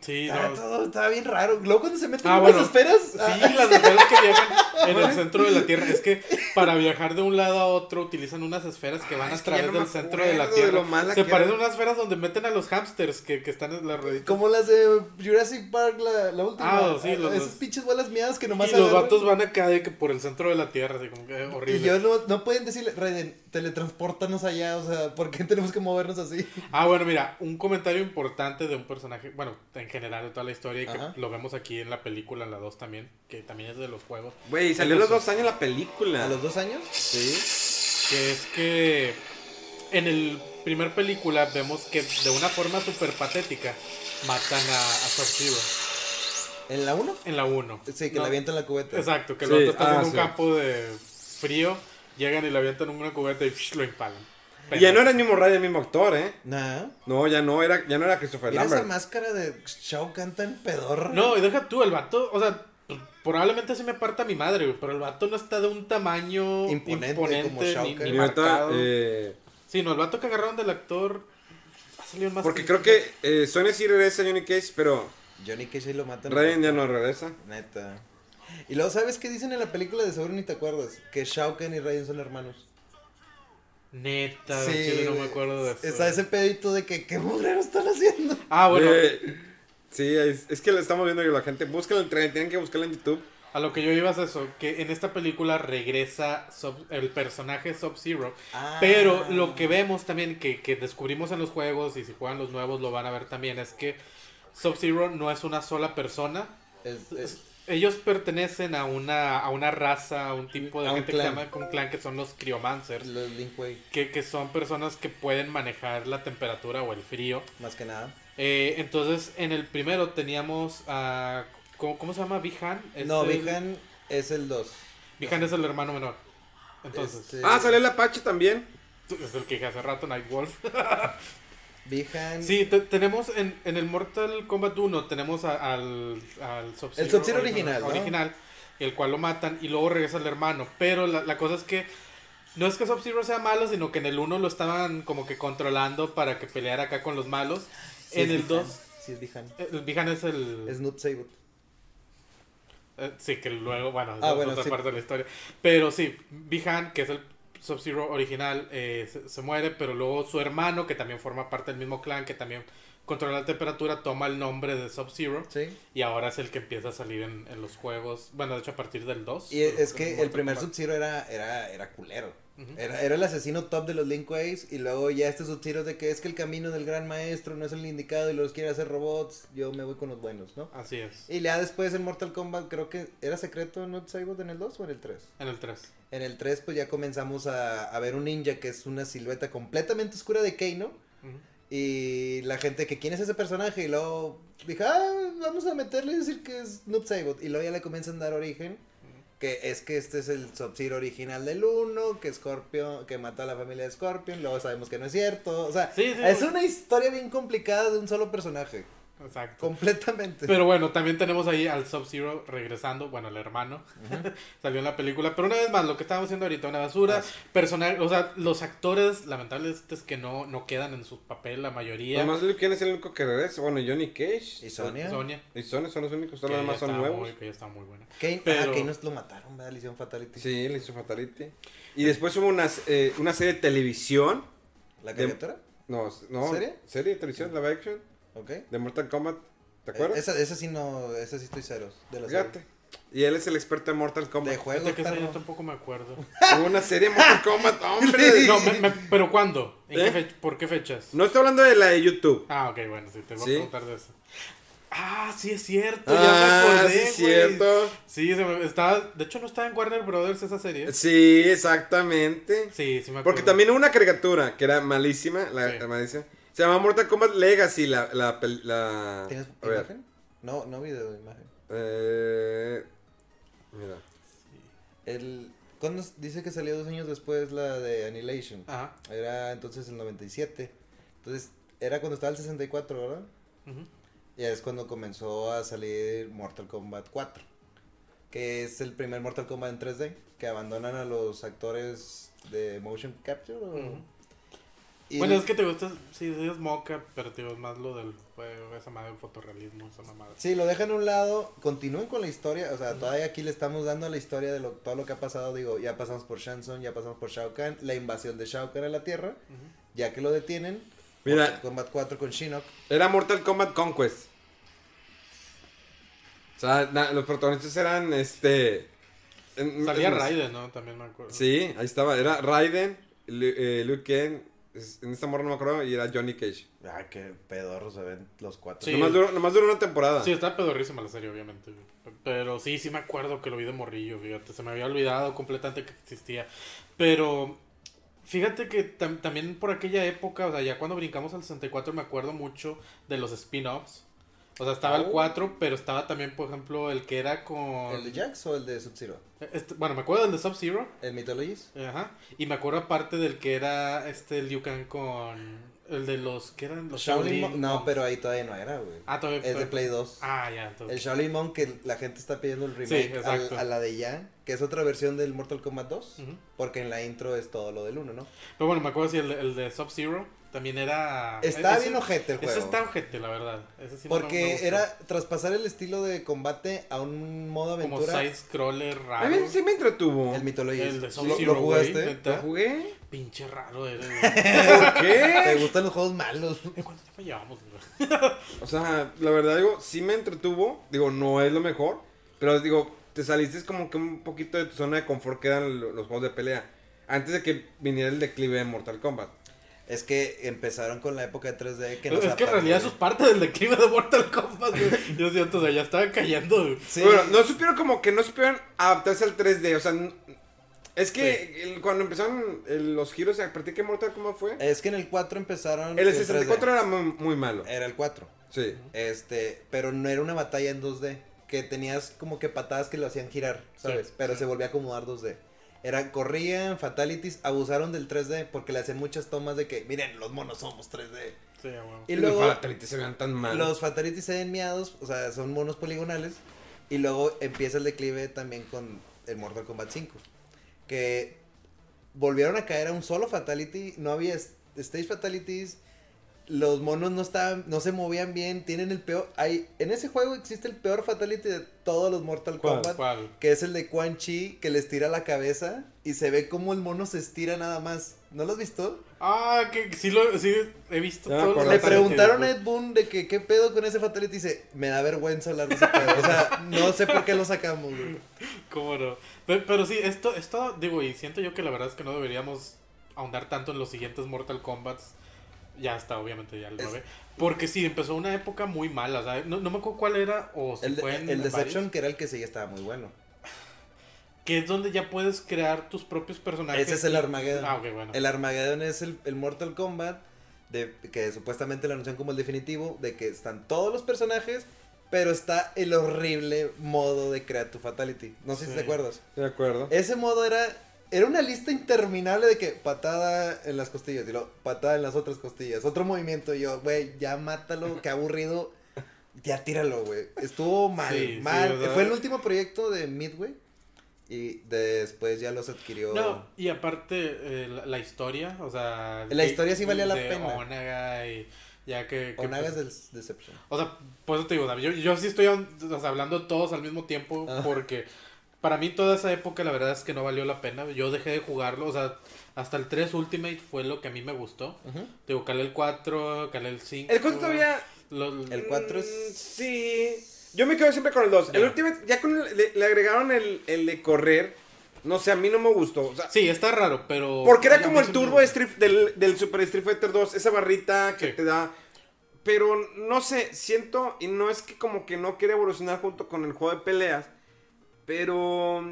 S2: Sí,
S3: Estaba,
S2: no.
S3: todo, estaba bien raro. Luego cuando se meten
S2: Ah,
S3: en las
S2: bueno.
S3: esferas.
S2: Sí,
S3: ah,
S2: las esferas que viajan en el centro de la Tierra. Es que para viajar de un lado a otro utilizan unas esferas que van
S1: Ah, es
S2: a
S1: que ya
S2: través
S1: no me
S2: del centro de la
S1: acuerdo de
S2: Tierra.
S1: lo mala
S2: Se
S1: que
S2: parecen
S1: era.
S2: unas esferas donde meten a los hamsters que, que están en la ruedita.
S3: como las de Jurassic Park, la, la última.
S2: Ah, sí, los-
S3: Esas
S2: los-
S3: pinches bolas miadas que nomás
S2: Y los
S3: agarran.
S2: vatos van acá de que por el centro de la Tierra, así como que
S3: Y
S2: horrible.
S3: yo no, no pueden decirle, Raiden, teletransportanos allá, o sea, ¿por qué tenemos que movernos así?
S2: Ah, bueno, mira, un comentario importante de un personaje, bueno, en general de toda la historia, y que
S3: Ajá.
S2: lo vemos aquí en la película, en la 2 también, que también es de los juegos.
S1: Güey, salió a los dos años la película.
S3: ¿A los dos años?
S1: Sí.
S2: que es que en el primer película vemos que de una forma súper patética matan a, a Sub Zero
S3: ¿En la uno?
S2: en la 1.
S3: Sí, que le avientan la cubeta.
S2: Exacto, que el
S1: Sí,
S2: otro está
S1: ah,
S2: haciendo un
S1: sí.
S2: campo de frío, llegan y le avientan una cubeta y psh, lo impalan.
S1: Y ya no era el mismo Ryan, el mismo actor, ¿eh?
S3: Nah.
S1: No, ya no era, ya no era Christopher
S3: Mira esa
S1: Lambert.
S3: máscara de Shao canta en pedorra.
S2: No, y deja tú, el vato, o sea, probablemente sí me parta mi madre, güey, pero el vato no está de un tamaño
S3: Imponente,
S2: imponente,
S3: como
S2: ni,
S3: Shao
S2: ni
S3: Kahn.
S1: Y ahorita,
S2: marcado.
S1: eh,
S2: Sí, no, el vato que agarraron del actor ha salido más...
S1: porque creo que eh, Sony sí regresa a Johnny Cage, pero
S3: Johnny Cage ahí lo matan.
S1: Ryan ya no regresa.
S3: Neta. Y luego, ¿sabes qué dicen en la película de seguro ni te acuerdas? Que Shao Kahn y Raiden son hermanos.
S2: Neta, al chile, no me acuerdo de eso.
S3: Está ese pedito de que, ¿qué mugrero están haciendo?
S2: Ah, bueno,
S1: Eh, sí, es, es que lo estamos viendo y la gente. Busca el tren, tienen que buscarla en YouTube.
S2: a lo que yo iba es eso, que en esta película regresa Sub- el personaje Sub-Zero,
S3: Ah.
S2: pero lo que vemos también, que, que descubrimos en los juegos, y si juegan los nuevos lo van a ver también, es que Sub-Zero no es una sola persona,
S3: Es- es-
S2: ellos pertenecen a una, a una raza, a un tipo de
S3: A un
S2: gente que se
S3: clan.
S2: llama un clan que son los Cryomancers,
S3: los Link Way,
S2: que, que son personas que pueden manejar la temperatura o el frío.
S3: más que nada.
S2: Eh, entonces, en el primero teníamos a... ¿Cómo, cómo se llama? ¿Bihan?
S3: No,
S2: Este-
S3: Bihan es el 2.
S2: Bihan es el hermano menor. Entonces,
S3: Este-
S1: Ah, salió el Apache también.
S2: tú- es el que dije hace rato, Nightwolf. <laughs>
S3: Bihan.
S2: sí, te- tenemos en, en el Mortal Kombat 1, tenemos a- al, al Sub-Zero.
S3: El Sub-Zero original, ¿no?
S2: original, el cual lo matan y luego regresa el hermano. Pero la, la cosa es que no es que Sub-Zero sea malo, sino que en el 1 lo estaban como que controlando para que peleara acá con los malos.
S3: Sí
S2: en el
S3: es Bihan,
S2: 2,
S3: Sí, es Bihan.
S2: el Bihan es el...
S3: Snoop Sabot.
S2: Eh, sí, que luego, bueno,
S3: Ah,
S2: es
S3: bueno,
S2: otra
S3: sí.
S2: parte de la historia. Pero sí, Bihan, que es el Sub-Zero original, eh, se, se muere, pero luego su hermano, que también forma parte del mismo clan, que también controla la temperatura, toma el nombre de Sub-Zero.
S3: Sí.
S2: Y ahora es el que empieza a salir en, en los juegos. Bueno, de hecho, a partir del 2.
S3: Y es, es que el
S2: Mortal
S3: primer
S2: Kombat.
S3: Sub-Zero era, era, era culero. era, era el asesino top de los Linkways. Y luego ya este Sub-Zero de que es que el camino del gran maestro no es el indicado y los quiere hacer robots. Yo me voy con los buenos, ¿no?
S2: Así es.
S3: Y ya después en Mortal Kombat, creo que era secreto Noob Saibot en el 2 o en el 3.
S2: En el 3.
S3: En el 3, pues ya comenzamos a, a ver un ninja que es una silueta completamente oscura de Kano. Y la gente que quién es ese personaje y luego dije, ah, vamos a meterle y decir que es Noob Saibot. Y luego ya le comienzan a dar origen, que es que este es el Sub-Zero original del 1, que Scorpion, que mató a la familia de Scorpion, luego sabemos que no es cierto. O sea,
S2: Sí, sí.
S3: es una historia bien complicada de un solo personaje,
S2: Exacto.
S3: completamente.
S1: este.
S2: Pero bueno, también tenemos ahí al Sub-Zero regresando, bueno, el hermano. <laughs> Salió en la película, pero una vez más, lo que estábamos haciendo ahorita, una basura. Personal, o sea, los actores, lamentablemente, es que no, no quedan en su papel, la mayoría.
S1: Además, Liu Kang es el único que regresa. Bueno, Johnny Cage.
S3: ¿Y Sonia?
S2: Sonia,
S1: Y Sony son los únicos,
S2: que
S1: todos los
S2: ella
S1: demás son
S2: está
S1: nuevos.
S2: muy- que ella está muy buena.
S3: Kane,
S2: Pero-
S3: ah, Kane nos lo mataron, ¿verdad? Le hicieron Fatality.
S1: Sí, le hizo Fatality. Y después hubo una, eh, una serie de televisión.
S3: ¿La
S1: de-
S3: caricatura?
S1: No, no.
S3: ¿Serie?
S1: Serie de televisión, live action,
S3: ¿Ok?
S1: de Mortal Kombat. ¿Te
S3: Eh,
S1: acuerdas?
S3: Esa, esa sí no, esa sí estoy cero. De la serie.
S1: Fíjate. Y él es el experto en Mortal Kombat.
S3: De juegos,
S2: Fíjate que esa
S3: perro.
S2: yo tampoco me
S1: <laughs>
S2: acuerdo.
S1: Hubo una serie de Mortal
S3: <laughs>
S1: Kombat, hombre.
S2: No,
S1: No,
S2: me- me- pero ¿cuándo? ¿En qué
S1: ¿Eh?
S2: fech- ¿Por qué fechas?
S1: no estoy hablando de la de YouTube.
S2: Ah, ok, bueno, sí, te voy
S1: Sí.
S2: a preguntar de eso. Ah, sí es cierto,
S1: Ah,
S2: ya me acordé,
S1: sí es cierto.
S2: Sí, se me- estaba, de hecho no estaba en Warner Brothers esa serie.
S1: Sí, exactamente.
S2: Sí, sí me acuerdo.
S1: Porque también hubo una caricatura que era malísima. La,
S2: Sí.
S1: la malísima. Se llamaba Mortal Kombat Legacy. La. la, pel- la-
S3: ¿Tienes
S1: a ver,
S3: imagen? No, no video, imagen.
S1: eh, mira.
S3: El, ¿Cuándo s- dice que salió dos años después la de Annihilation?
S2: Ajá.
S3: Era entonces el 97. Entonces, era cuando estaba el 64, ¿verdad? Y es cuando comenzó a salir Mortal Kombat 4. Que es el primer Mortal Kombat en 3D. Que abandonan a los actores de motion capture. ¿o? Y
S2: Bueno,
S3: lo-
S2: es que te gusta, sí, sí es moca, pero te es más lo del juego, esa madre, el fotorrealismo, esa mamada.
S3: Sí, lo dejan a un lado, continúen con la historia, o sea, todavía aquí le estamos dando la historia de lo- todo lo que ha pasado, digo, ya pasamos por Shanson, ya pasamos por Shao Kahn, la invasión de Shao Kahn a la Tierra, ya que lo detienen,
S1: Mira.
S3: Mortal Kombat 4 con Shinnok,
S1: Era Mortal Kombat Conquest. O sea, na- los protagonistas eran este. en-
S2: Salía
S1: es más-
S2: Raiden, ¿no? También me acuerdo.
S1: Sí, ahí estaba. Era Raiden, Lu- eh, Luke Ken, es- en esta morra no me acuerdo, y era Johnny Cage.
S3: ah, qué pedorros se ven los cuatro.
S2: Sí.
S1: Nomás, duró, nomás duró una temporada.
S2: Sí, está pedorrísima la serie, obviamente. güey. Pero sí, sí me acuerdo que lo vi de morrillo, fíjate. Se me había olvidado completamente que existía. Pero fíjate que tam- también por aquella época, o sea, ya cuando brincamos al 64, me acuerdo mucho de los spin-offs. O
S1: Oh.
S2: sea, estaba el 4, pero estaba también, por ejemplo, el que era con.
S3: ¿El de Jax o el de Sub-Zero?
S2: Este- bueno, me acuerdo del de Sub-Zero.
S3: ¿El Mythologies?
S2: Ajá. Y me acuerdo aparte del que era este Liu Kang con. El de los. ¿Qué eran? Los
S3: Shaolin Monk,
S2: Shaolin
S3: no,
S2: Monks.
S3: pero ahí todavía no era, güey.
S2: Ah, todavía-
S3: Es de Play 2.
S2: Ah, ya, entonces.
S3: El Shaolin Monk que la gente está pidiendo el remake
S2: Sí,
S3: al-
S2: exacto.
S3: a, la de ya, que es otra versión del Mortal Kombat 2,
S2: Ujú.
S3: porque en la intro es todo lo del 1, ¿no?
S2: Pero bueno, me acuerdo si el, el de Sub-Zero también era.
S3: Está
S2: ese-
S3: bien ojete el
S2: Ese
S3: juego.
S2: está ojete, la verdad. Ese sí no me- me
S3: Porque
S2: gustó.
S3: era traspasar el estilo de combate a un modo
S2: Como
S3: aventura.
S2: side-scroller
S1: A
S2: raro.
S1: mí sí me entretuvo.
S3: El mitología.
S2: El de
S3: ¿Lo,
S2: Sub-Zero,
S3: lo
S2: güey.
S3: jugaste?
S2: neta.
S1: ¿Jugué?
S2: Pinche raro eres, güey.
S3: <laughs> ¿Te
S1: ¿Qué?
S2: <laughs>
S3: gustan los juegos malos?
S2: ¿De ¿Cuánto tiempo llevamos, güey?
S1: O sea, la verdad, digo, sí me entretuvo. Digo, no es lo mejor. Pero digo, te saliste como que un poquito de tu zona de confort que eran lo- los juegos de pelea. Antes de que viniera el declive de Mortal Kombat.
S3: Es que empezaron con la época de 3D que nos
S2: Es que en realidad eso es parte del declive de Mortal Kombat, güey. Yo siento, o sea, ya estaban cayendo, güey.
S3: Sí,
S1: Bueno, no supieron como que no supieron adaptarse al 3D. O sea, n- es que el- cuando empezaron el- los giros, ¿a partir de qué Mortal Kombat fue?
S3: Es que en el 4 empezaron...
S1: el
S3: en
S1: 64 era muy, muy malo.
S3: 3D. Era el 4.
S1: Sí.
S3: Este, pero no era una batalla en 2D. Que tenías como que patadas que lo hacían girar, ¿sabes?
S2: Sí.
S3: Pero se volvía a acomodar 2D. Era, corrían, fatalities, abusaron del 3D porque le hacían muchas tomas de que, miren, los monos somos 3D.
S2: Sí, güey.
S3: Y luego,
S1: los fatalities se veían tan mal.
S3: Los fatalities se ven miados, o sea, son monos poligonales. Y luego empieza el declive también con el Mortal Kombat 5. Que volvieron a caer a un solo fatality. No había s- stage fatalities. Los monos no estaban, no se movían bien. Tienen el peor. Hay, en ese juego existe el peor fatality de todos los Mortal
S1: ¿Cuál?
S3: Kombat.
S2: ¿Cuál?
S3: Que es el de Quan Chi que les tira la cabeza. Y se ve como el mono se estira nada más. ¿No lo has visto?
S2: Ah, que sí lo sí he visto
S1: Ya me
S2: todo.
S1: acordé.
S3: Le
S1: Fatality,
S3: preguntaron a Ed Boon de que qué pedo con ese Fatality y dice, me da vergüenza hablar de ese pedo. O sea, no sé por qué lo
S2: <laughs>
S3: sacamos, güey.
S2: ¿Cómo no? Pero, pero sí, esto, esto, digo, y siento yo que la verdad es que no deberíamos ahondar tanto en los siguientes Mortal Kombats. Ya está, obviamente, ya el
S3: Es-
S2: 9. Porque sí, empezó una época muy mala. O sea, no, no me acuerdo cuál era o si
S3: El, de-
S2: fue en
S3: el Deception,
S2: varios,
S3: que era el que seguía, estaba muy bueno.
S2: que es donde ya puedes crear tus propios personajes.
S3: Ese es el Armageddon.
S2: Ah, ok, bueno.
S3: El Armageddon es el, el Mortal Kombat, de, que supuestamente lo anuncian como el definitivo, de que están todos los personajes, pero está el horrible modo de crear tu Fatality. No sé si
S2: Sí.
S3: te acuerdas.
S1: De acuerdo.
S3: Ese modo era. Era una lista interminable de que patada en las costillas, y luego patada en las otras costillas. Otro movimiento, y yo, güey, ya mátalo, qué aburrido. Ya tíralo, güey. Estuvo mal,
S2: Sí, sí,
S3: mal.
S2: o sea-
S3: Fue el último proyecto de Midway. Y después ya los adquirió.
S2: No, y aparte eh, la, la historia, o sea...
S3: La
S2: de-
S3: historia sí valía la
S2: de
S3: pena.
S2: Onaga y ya que... que,
S3: Onagas
S2: pues,
S3: del Deception.
S2: O sea, por eso te digo, o sea, yo, yo sí estoy o sea, hablando todos al mismo tiempo
S3: Ah.
S2: porque para mí toda esa época la verdad es que no valió la pena. Yo dejé de jugarlo, o sea, hasta el 3 Ultimate fue lo que a mí me gustó. Te digo, calé el 4, calé el 5.
S1: El cuatro todavía-
S2: lo-
S3: El 4
S1: Mm,
S3: es.
S1: Sí. Yo me quedo siempre con el 2. El
S2: Ya.
S1: Ultimate, ya con el- le, le agregaron el, el de correr. No sé, a mí no me gustó. O sea,
S2: Sí, está raro, pero...
S1: Porque era
S2: Ay, a
S1: como
S2: mí
S1: el
S2: siempre
S1: turbo este.
S2: me-
S1: Street- del, del Super Street Fighter 2, esa barrita que
S2: Sí.
S1: te da. Pero no sé, siento, y no es que como que no quiere evolucionar junto con el juego de peleas, pero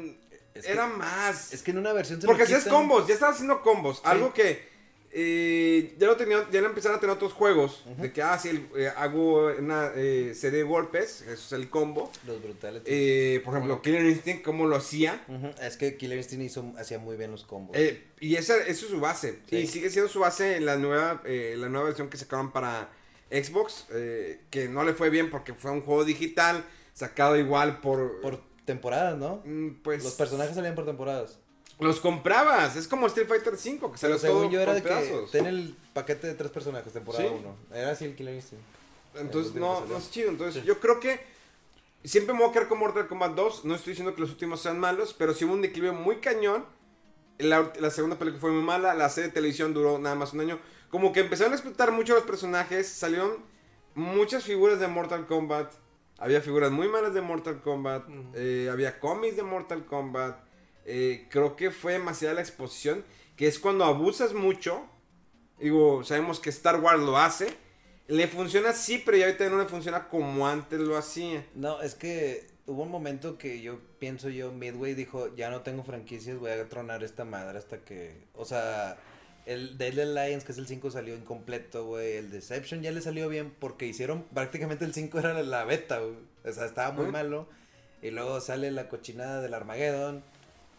S3: Es que-
S1: era más.
S3: Es que en una versión se
S1: Porque
S3: lo
S1: hacías
S3: quitan.
S1: combos, ya estabas haciendo combos. Algo que eh, ya lo tenía, ya lo empezaron a tener otros juegos. De que, ah, sí, el- eh, hago una eh, serie de golpes, eso es el combo.
S3: Los brutales.
S1: Eh, por ejemplo, Killer Instinct, ¿cómo lo hacía.
S3: Ujú, Es que Killer Instinct hizo, hacía muy bien los combos.
S1: Eh, y esa, esa es su base.
S3: Sí.
S1: Y sigue siendo su base en la nueva, eh, la nueva versión que sacaron para Xbox. eh, que no le fue bien porque fue un juego digital. Sacado igual por.
S3: por temporadas, ¿no?
S1: mm, pues.
S3: Los personajes salían por temporadas.
S1: Los comprabas. Es como Street Fighter V, que
S3: Pero
S1: salió todo
S3: según yo era
S1: por
S3: de que
S1: pedazos.
S3: ten el paquete de tres personajes, temporada
S1: Sí.
S3: 1. Era así el Killer Instinct.
S1: Entonces,
S3: El último que
S1: no,
S3: salió.
S1: no es chido. Entonces, yo creo que siempre me voy a quedar con Mortal Kombat 2. No estoy diciendo que los últimos sean malos, pero sí hubo un declive muy cañón. La, la segunda película fue muy mala. La serie de televisión duró nada más un año. Como que empezaron a explotar mucho los personajes. Salieron muchas figuras de Mortal Kombat. Había figuras muy malas de Mortal Kombat. eh, había cómics de Mortal Kombat. eh, creo que fue demasiada la exposición. Que es cuando abusas mucho. Digo, sabemos que Star Wars lo hace. Le funciona sí, pero ya ahorita no le funciona como antes lo hacía.
S3: No, es que hubo un momento que yo pienso yo, Midway dijo, ya no tengo franquicias, voy a tronar esta madre hasta que, o sea, el Deadly Alliance, que es el 5, salió incompleto, güey, el Deception ya le salió bien porque hicieron, prácticamente el 5 era la beta, güey, o sea, estaba muy
S1: Ujú.
S3: malo, y luego sale la cochinada del Armageddon,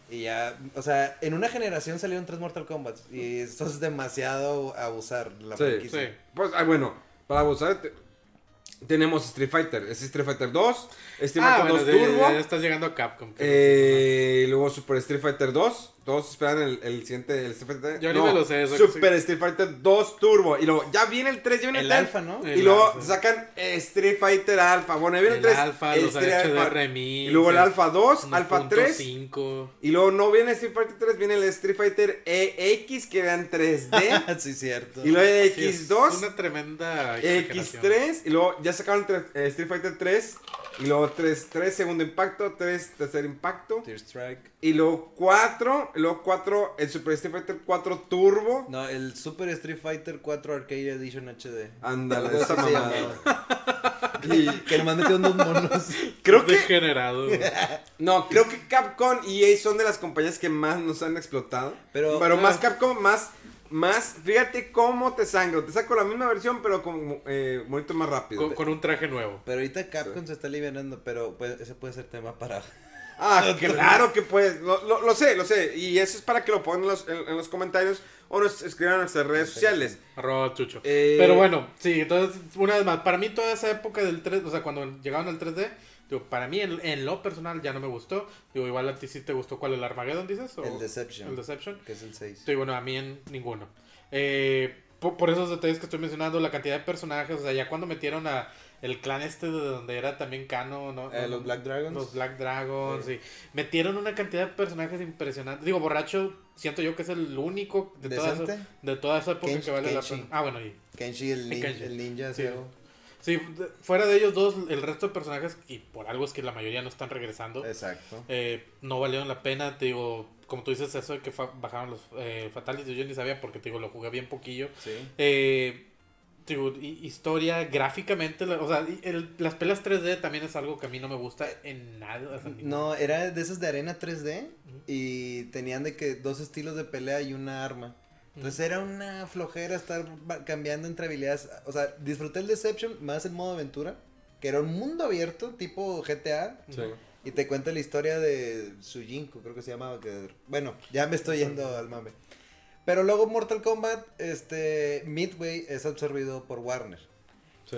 S3: y ya, o sea, en una generación salieron tres Mortal Kombat, y eso es demasiado abusar la
S1: Sí,
S3: franquicia.
S2: Sí.
S1: Pues, ah, bueno, para abusar, te- tenemos Street Fighter. Es Street Fighter 2, Street
S2: Ah,
S1: Fighter
S2: bueno,
S1: 2
S2: sí,
S1: Turbo.
S2: ya, ya estás llegando a Capcom. que
S1: eh, y luego Super Street Fighter 2. Todos esperan el, el siguiente. El Street Fighter,
S2: Yo ni me lo sé, eso que
S1: Super Street Fighter 2 Turbo. Y luego ya viene el 3, ya viene el,
S3: El
S1: 3,
S3: Alpha, ¿no?
S1: Y
S2: El
S1: luego
S2: Alpha.
S1: sacan eh, Street Fighter Alpha. Bueno, ahí viene el
S2: El
S1: 3.
S2: Alpha, los HD remix,
S1: Y luego el
S2: el
S1: Alpha 2,
S2: es
S1: Alpha 3.
S2: 1.5.
S1: Y luego no viene Street Fighter 3, viene el Street Fighter EX que era en
S2: <laughs>
S1: 3D.
S3: <laughs> Sí, cierto.
S1: y luego el
S2: Sí, es
S1: X2,
S2: Una tremenda. exageración.
S1: X3. Y luego ya sacaron tres- eh, Street Fighter 3. Y luego 3, 3 segundo impacto, 3 tercer impacto.
S3: Tear Strike.
S1: Y luego 4, y luego 4, el Super Street Fighter 4 Turbo.
S3: No, el Super Street Fighter 4 Arcade Edition HD.
S2: <laughs>
S1: Ándale,
S3: Algo
S1: Ah, esa
S3: así se
S1: mamada.
S3: llamaba. Y <laughs> que nomás metió
S1: <laughs>
S3: unos monos.
S1: Creo que <laughs>
S2: Degenerado. güey.
S1: No, creo que Capcom y EA son de las compañías que más nos han explotado. Pero,
S3: Pero-
S1: más
S3: ah.
S1: Capcom, más, más, fíjate cómo te sangro. Te saco la misma versión, pero con eh, muerto más rápido.
S2: con, con un traje nuevo.
S3: Pero ahorita Capcom se está liberando, pero pues, ese puede ser tema para... <laughs>
S1: Ah, claro que puedes. Lo, lo- lo sé, lo sé. Y eso es para que lo pongan en los, en- en los comentarios o nos escriban en nuestras redes sociales.
S2: Arroba Chucho.
S1: Eh,
S2: Pero bueno, sí, entonces, una vez más, para mí toda esa época del 3, o sea, cuando llegaron al 3D, digo, para mí en, en lo personal ya no me gustó. Digo, igual a ti sí te gustó cuál, el Armageddon, dices? o-
S3: El Deception.
S2: El Deception.
S3: Que es el 6.
S2: Sí, bueno, a mí en ninguno. Eh, po- por, esos detalles que estoy mencionando, la cantidad de personajes, o sea, ya cuando metieron a el clan este de donde era también Cano, ¿no?
S3: Eh, los Black Dragons.
S2: Los Black Dragons, sí. Metieron una cantidad de personajes impresionantes. Digo, Borracho, siento yo que es el único de, toda esa,
S3: ¿Decente?
S2: de toda esa época
S3: Ken-
S2: que vale la
S3: Kenshi.
S2: pena. Ah, bueno, y
S3: Kenshi, el, nin-
S2: Kenshi.
S3: el ninja,
S2: Sí.
S3: ciego.
S2: Sí, de- fuera de ellos dos, el resto de personajes, y por algo es que la mayoría no están regresando,
S3: Exacto.
S2: eh, no valieron la pena. Te digo, como tú dices, eso de que fa- bajaron los eh, Fatalities, yo ni sabía porque te digo, lo jugué bien poquillo.
S3: Sí.
S2: Eh, te digo, hi- historia, gráficamente, la- o sea, y el- las pelas 3D también es algo que a mí no me gusta en nada. o sea, ni-
S3: No, era de esas de arena 3D y tenían de que dos estilos de pelea y una arma. Entonces era una flojera estar va- cambiando entre habilidades. O sea, disfruté el Deception más en modo aventura, que era un mundo abierto tipo GTA. Y te cuenta la historia de Sujinko, creo que se llamaba. Que, bueno, ya me estoy yendo al mame. Pero luego Mortal Kombat, este, Midway es absorbido por Warner.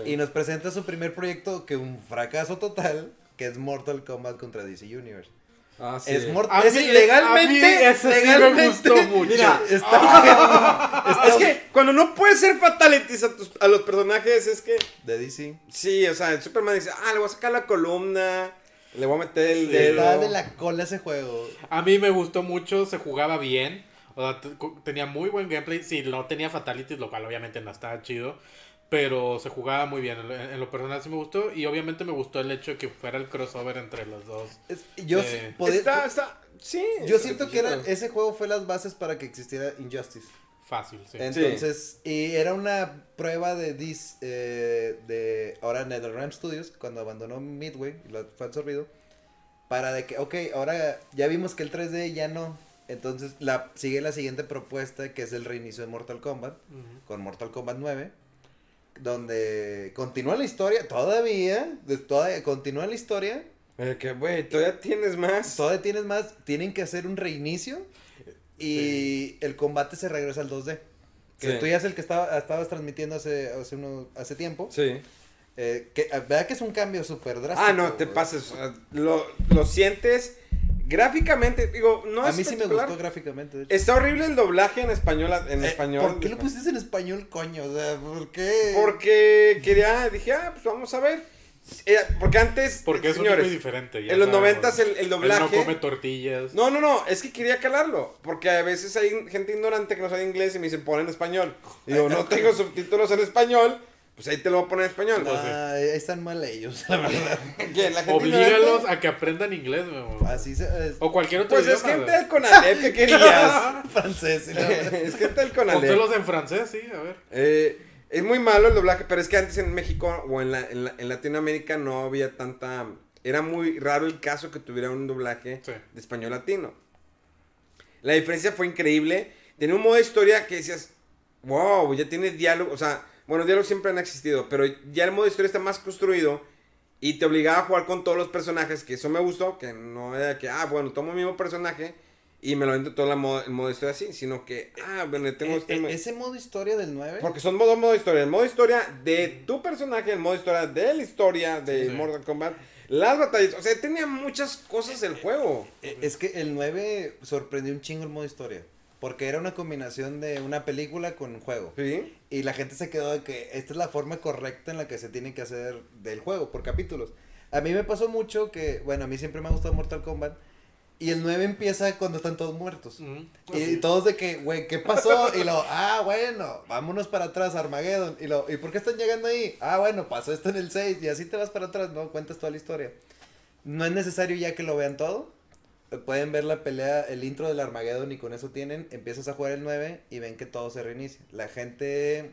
S3: Y nos presenta su primer proyecto que un fracaso total, que es Mortal Kombat contra DC Universe.
S1: Ah, sí.
S3: Es Mortal
S2: A
S3: Kombat.
S2: mí-
S3: legalmente,
S2: a mí ese sí me
S3: legalmente,
S2: gustó mucho.
S3: Mira, está
S1: Ah, es que cuando no puedes ser fatalities a, tus- a los personajes, es que.
S3: de DC.
S1: Sí, o sea, el Superman dice: Ah, le voy a sacar la columna, le voy a meter el dedo.
S3: Está de la cola ese juego.
S2: A mí me gustó mucho, se jugaba bien. O sea, te- co- tenía muy buen gameplay. Sí, no tenía fatalities, lo cual obviamente no estaba chido. Pero se jugaba muy bien. En, lo- en lo personal sí me gustó. Y obviamente me gustó el hecho de que fuera el crossover entre los dos.
S3: Es- yo
S2: Sí.
S3: sí podía-
S1: Está, está. Sí.
S3: yo
S1: está
S3: siento que era,
S1: chido.
S3: ese juego fue las bases para que existiera Injustice.
S2: Fácil, sí.
S3: Entonces, y era una prueba de dis, eh, de ahora NetherRealm Studios, cuando abandonó Midway y lo fue absorbido, para de que, ok, ahora ya vimos que el 3D ya no. Entonces, la, sigue la siguiente propuesta, que es el reinicio de Mortal Kombat, con Mortal Kombat 9, donde continúa la historia, todavía, de, todavía continúa la historia,
S1: Eh, que, güey, todavía tienes más.
S3: todavía tienes más, tienen que hacer un reinicio y el combate se regresa al 2D. Que
S1: Sí.
S3: tú ya es el que estaba, estabas transmitiendo hace, hace, uno, hace tiempo. ah,
S1: Sí.
S3: Eh, que, ¿Verdad que es un cambio súper drástico?
S1: Ah, no, te
S3: güey?
S1: pases. o sea, Lo, lo sientes. Gráficamente, digo, no
S3: A
S1: es
S3: mí sí me
S1: particular.
S3: gustó gráficamente. de hecho.
S1: Está horrible el doblaje en español. En
S3: Eh,
S1: español
S3: ¿Por qué lo pusiste en español, coño? O sea, ¿por qué?
S1: Porque quería, dije, ah, pues vamos a ver. Eh, porque antes,
S2: Porque es un
S1: señores,
S2: tipo diferente. ya
S1: en los
S2: sabemos.
S1: noventas el, el
S2: Él
S1: doblaje...
S2: no come tortillas.
S1: No, no, no, es que quería calarlo. Porque a veces hay gente ignorante que no sabe inglés y me dicen pon en español. Y digo, no tengo subtítulos en español, pues ahí te lo voy a poner en español.
S3: Ah, ahí están mal ellos,
S1: <laughs>
S3: la verdad.
S1: ¿Quién? ¿La gente
S2: Oblígalos
S1: ignorante?
S2: a que aprendan inglés, Memo.
S3: Así se.
S1: <laughs>
S3: es-
S2: O cualquier otro
S1: Pues es
S2: idioma.
S1: gente
S2: güey.
S1: del Conalep que
S2: <laughs>
S1: querías. <laughs>
S3: francés. y
S1: Eh,
S3: la verdad.
S1: es gente del Conalep.
S2: Póntelos en francés, sí, a ver.
S1: Eh, es muy malo el doblaje, pero es que antes en México o en, la- en la- en Latinoamérica no había tanta... Era muy raro el caso que tuviera un doblaje
S2: Sí.
S1: de español latino. La diferencia fue increíble. Tenía un modo de historia que decías, wow, ya tiene diálogo. O sea, bueno, diálogos siempre han existido, pero ya el modo de historia está más construido y te obligaba a jugar con todos los personajes, que eso me gustó, que no era que, ah, bueno, tomo el mismo personaje y me lo vendo todo la modo, el modo de historia así, sino que, ah, bueno, tengo...
S3: Eh,
S1: este
S3: eh,
S1: mo-
S3: ese modo historia del 9.
S1: porque son modo, modo historia. El modo historia de tu personaje, el modo historia de la historia de Mortal Kombat. Las batallas. O sea, tenía muchas cosas el juego.
S3: Eh, Es que el 9 sorprendió un chingo el modo historia. Porque era una combinación de una película con un juego.
S1: Sí.
S3: Y la gente se quedó de que esta es la forma correcta en la que se tiene que hacer del juego, por capítulos. A mí me pasó mucho que, bueno, a mí siempre me ha gustado Mortal Kombat. Y el 9 empieza cuando están todos muertos.
S2: Ujú.
S3: Y todos de que, güey, ¿qué pasó? Y lo, ah, bueno, vámonos para atrás, Armageddon. Y lo, ¿y por qué están llegando ahí? Ah, bueno, pasó esto en el 6 y así te vas para atrás, ¿no? Cuentas toda la historia. No es necesario ya que lo vean todo. Eh, Pueden ver la pelea, el intro del Armageddon y con eso tienen. Empiezas a jugar el 9 y ven que todo se reinicia. La gente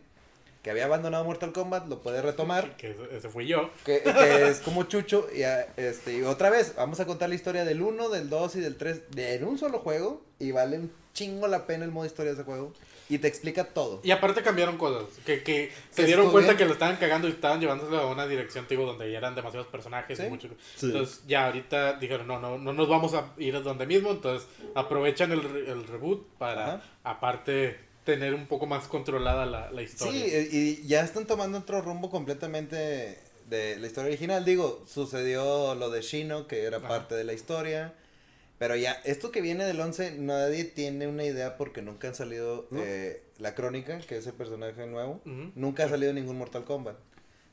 S3: que había abandonado Mortal Kombat lo puede retomar.
S2: Que ese- ese fui yo.
S3: Que, que es como Chucho. Y, a- este, y otra vez, vamos a contar la historia del 1, del 2 y del 3 de- en un solo juego. Y vale un chingo la pena el modo historia de ese juego. Y te explica todo.
S2: Y aparte cambiaron cosas. Que, que se
S3: Que
S2: dieron
S3: estuvo
S2: cuenta
S3: bien.
S2: que lo estaban cagando y estaban llevándoselo a una dirección, te digo, donde ya eran demasiados personajes
S3: Sí.
S2: y mucho. Entonces, ya ahorita dijeron, no, no, no nos vamos a ir a donde mismo. Entonces, aprovechan el, re- el reboot para,
S3: Ajá.
S2: aparte, tener un poco más controlada la, la historia.
S3: Sí, eh, y ya están tomando otro rumbo completamente de la historia original. Digo, sucedió lo de Shino, que era
S2: Ajá.
S3: parte de la historia. Pero ya, esto que viene del 11, nadie tiene una idea porque nunca han salido
S1: ¿No?
S3: eh, la crónica, que es el personaje nuevo.
S2: Ujú.
S3: Nunca ha salido ningún Mortal Kombat.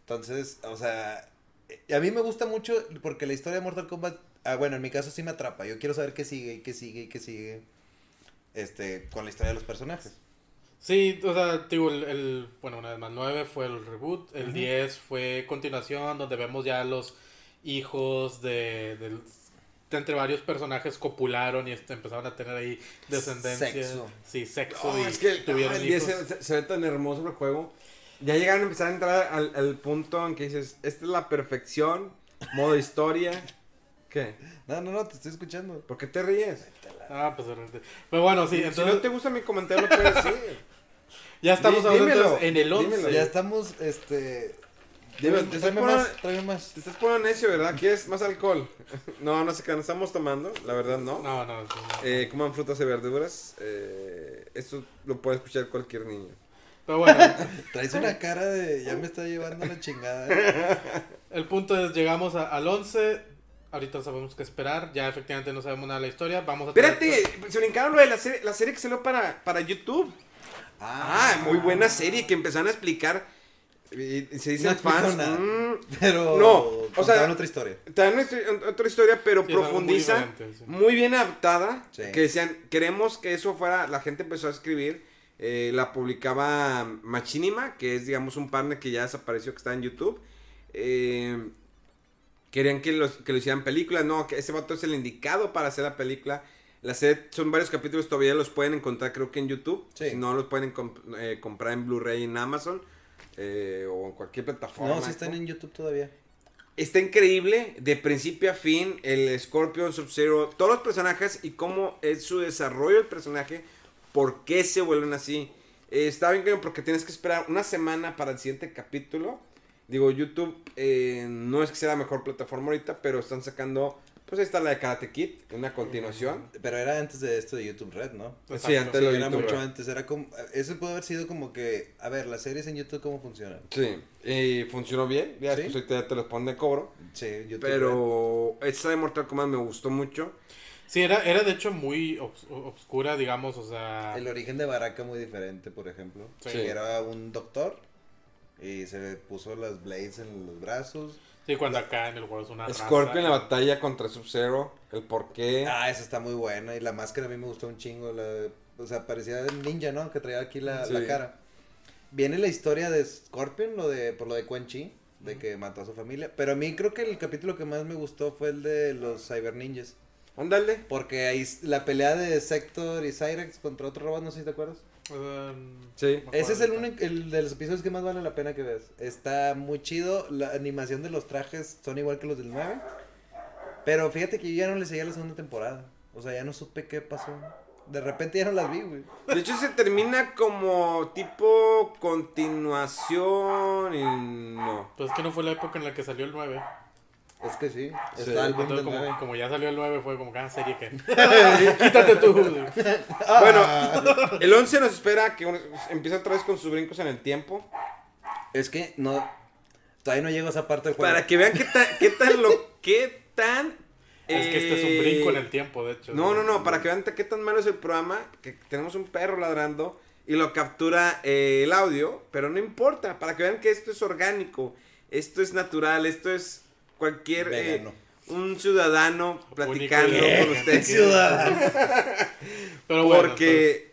S3: Entonces, o sea, eh, a mí me gusta mucho porque la historia de Mortal Kombat, ah, bueno, en mi caso sí me atrapa. Yo quiero saber qué sigue y qué sigue y qué sigue este, con la historia de los personajes.
S2: Sí, o sea, te digo, el, el- bueno, una vez más, 9 fue el reboot, el 10 fue continuación, donde vemos ya los hijos de, del- de entre varios personajes copularon y este, empezaron a tener ahí descendencia.
S3: Sexo.
S2: Sí, sexo
S1: Oh,
S2: y
S1: es que el-
S2: tuvieron
S1: el
S2: hijos.
S1: 10 se, se ve tan hermoso el juego. Ya llegaron a empezar a entrar al, al punto en que dices, esta es la perfección, modo historia. ¿Qué?
S3: No, no, no, te estoy escuchando.
S1: ¿Por qué te ríes?
S2: Ah, pues de repente. Pero bueno, sí,
S1: si
S2: entonces
S1: no te gusta mi comentario, lo puedes decir.
S2: ya estamos
S1: Di-
S2: ahora
S1: dímelo,
S2: entonces en el 11.
S1: dímelo.
S3: Ya estamos, este.
S1: Dime,
S3: tráeme-
S1: te
S3: tráeme
S1: saco una-
S3: más, tráeme más.
S1: Te estás poniendo necio, ¿verdad? ¿Quieres más alcohol? <laughs> No, no sé qué, no estamos tomando, la verdad no.
S2: No, no, no.
S1: Eh, coman frutas y verduras. eh, esto lo puede escuchar cualquier niño.
S2: Pero bueno, <laughs>
S3: Traes una cara de. Ya me está llevando la chingada.
S2: El punto es, llegamos a- al 11. Ahorita sabemos qué esperar. Ya efectivamente no sabemos nada de la historia. Vamos a tener-
S1: Espérate, se brincaron lo de la serie, la serie que salió para, para YouTube. Ah, muy buena serie que empezaron a explicar. Y, y se <laughs> dicen
S3: explicaron
S1: fans.
S3: nada.
S1: mm,
S3: Pero.
S1: No, o
S3: contaron
S1: sea-
S3: otra historia.
S1: te dan otra- otra historia, pero
S2: Sí, es algo muy
S1: profundiza. Muy,
S2: diferente, sí.
S1: bien adaptada.
S3: Sí.
S1: Que decían, queremos que eso fuera. La gente empezó a escribir. eh, la publicaba Machinima, que es, digamos, un partner que ya desapareció, que está en YouTube. Eh, querían que, los, que lo hicieran película. No, que ese vato es el indicado para hacer la película. La serie, son varios capítulos, todavía los pueden encontrar, creo que en YouTube.
S3: Sí.
S1: Si no, los pueden comp- eh, comprar en Blu-ray en Amazon. eh, o en cualquier plataforma.
S3: No, si están en YouTube todavía.
S1: Está increíble, de principio a fin, el Scorpion, Sub-Zero, todos los personajes y cómo es su desarrollo del personaje, por qué se vuelven así. Eh, está bien claro porque tienes que esperar una semana para el siguiente capítulo. Digo, YouTube eh, no es que sea la mejor plataforma ahorita, pero están sacando, pues ahí está la de Karate Kid, una continuación.
S3: Pero era antes de esto de YouTube Red, ¿no?
S2: Exacto,
S1: sí, antes
S2: sí,
S1: lo de
S3: Era
S1: YouTube.
S3: Pues mucho antes. Era como. Eso puede haber sido como que. A ver, las series en YouTube, ¿cómo funcionan?
S1: Sí, y funcionó bien, ya
S3: Sí.
S1: después ahorita ya te los ponen de cobro.
S3: Sí, YouTube. Red.
S1: Pero esta de Mortal Kombat me gustó mucho.
S2: Sí, era, era de hecho muy obs- obscura, digamos, o sea...
S3: El origen de Baraka muy diferente, por ejemplo.
S2: Sí.
S3: Que era un doctor y se le puso las blades en los brazos.
S2: Sí, cuando acá en el juego es una raza.
S1: Scorpio en la batalla contra Sub-Zero, el por qué.
S3: Ah, esa está muy buena. Y la máscara a mí me gustó un chingo. la- o sea, parecía de ninja, ¿no? Que traía aquí la, la
S1: Sí.
S3: cara. Viene la historia de Scorpion, lo de, por lo de Quan Chi, de que mató a su familia. Pero a mí creo que el capítulo que más me gustó fue el de los Cyber Ninjas.
S1: Ándale.
S3: Porque ahí s- la pelea de Sector y Cyrex contra otro robot, no sé si te acuerdas.
S2: Um,
S1: Sí.
S2: me
S3: Ese es el,
S2: acuerdo
S3: único, el de los episodios que más vale la pena que veas. Está muy chido. La animación de los trajes son igual que los del 9. Pero fíjate que yo ya no le seguía la segunda temporada. O sea, ya no supe qué pasó. De repente ya no las vi, güey.
S1: De hecho, se termina como tipo continuación y no.
S2: Pues es que no fue la época en la que salió el 9.
S3: Es que sí. Está
S1: Sí,
S3: el boom
S2: Entonces,
S3: del nueve.
S2: como, como ya salió el 9, fue como cada serie
S1: <laughs>
S2: que. Quítate tú.
S1: Ah. Bueno, el 11 nos espera que uno- empieza otra vez con sus brincos en el tiempo.
S3: Es que no. Todavía no llego a esa parte del juego. <laughs>
S1: Para que vean qué tan, qué tan lo, qué tan.
S2: Es que este es
S1: eh,
S2: un brinco en el tiempo, de hecho.
S1: No, no, no, para que vean qué tan malo es el programa, que tenemos un perro ladrando y lo captura eh, el audio, pero no importa, para que vean que esto es orgánico, esto es natural, esto es cualquier... eh,
S3: Vegano.
S1: un ciudadano platicando
S2: Único
S1: con
S2: y elegante.
S1: ustedes.
S3: ciudad.
S2: Pero bueno.
S1: <laughs>
S2: entonces-
S1: Porque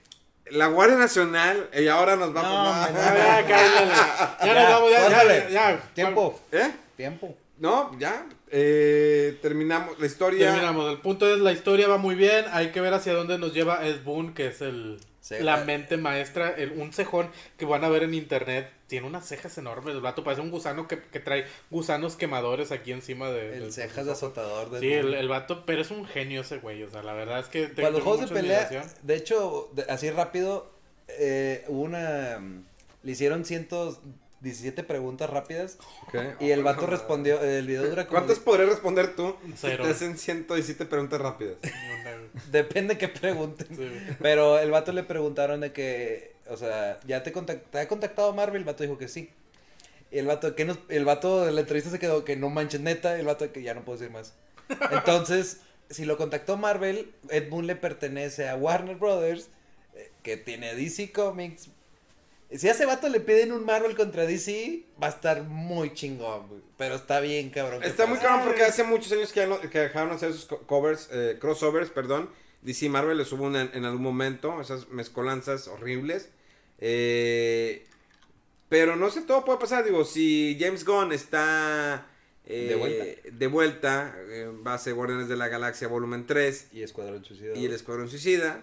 S1: la Guardia Nacional, y ahora nos vamos...
S3: No,
S1: a-
S3: hombre,
S2: Ah, ya, cálmale. Ya, nos vamos, ya, ya,
S3: córtale.
S2: ya.
S3: Tiempo.
S1: ¿Eh?
S3: Tiempo.
S1: No, ya. eh, terminamos la historia.
S2: Terminamos. El punto es: la historia va muy bien. Hay que ver hacia dónde nos lleva Ed Boon, que es el.
S3: Sí,
S2: la
S3: eh.
S2: mente maestra, el, un cejón que van a ver en internet. Tiene unas cejas enormes. El vato parece un gusano que, que trae gusanos quemadores aquí encima de.
S3: El
S2: del-
S3: cejas de azotador. De
S2: Sí, el, el vato, pero es un genio ese güey, o sea, la verdad es que... te-
S3: Para los
S2: tengo
S3: juegos de
S2: mucha
S3: pelea,
S2: admiración.
S3: de hecho, de- así rápido, eh, hubo una... mm, Le hicieron 117 preguntas rápidas
S1: Ok.
S3: y el vato respondió, el video dura como...
S1: ¿Cuántas podré responder tú?
S2: Cero.
S1: Si te hacen 117 preguntas rápidas.
S2: Ni una-
S3: Depende que pregunten.
S2: Sí.
S3: Pero el vato le preguntaron de que, o sea, ¿ya te, contact- te ha contactado Marvel? El vato dijo que sí. Y el vato, que nos, el vato de la entrevista se quedó que no manches neta, el vato que ya no puedo decir más. Entonces, si lo contactó Marvel, Ed Boon le pertenece a Warner Brothers, eh, que tiene DC Comics. Si a ese vato le piden un Marvel contra DC, va a estar muy chingón, güey. Pero está bien, cabrón. que
S1: Está muy
S3: pase.
S1: cabrón porque hace muchos años que, ya no- que dejaron hacer sus co- covers, eh, crossovers, perdón. DC y Marvel les hubo una- en algún momento, esas mezcolanzas horribles. Eh, pero no sé, todo puede pasar. Digo, si James Gunn está eh,
S3: De vuelta.
S1: de vuelta, eh, va a ser Guardianes de la Galaxia Volumen 3
S3: Y Escuadrón Suicida.
S1: y el Escuadrón Suicida,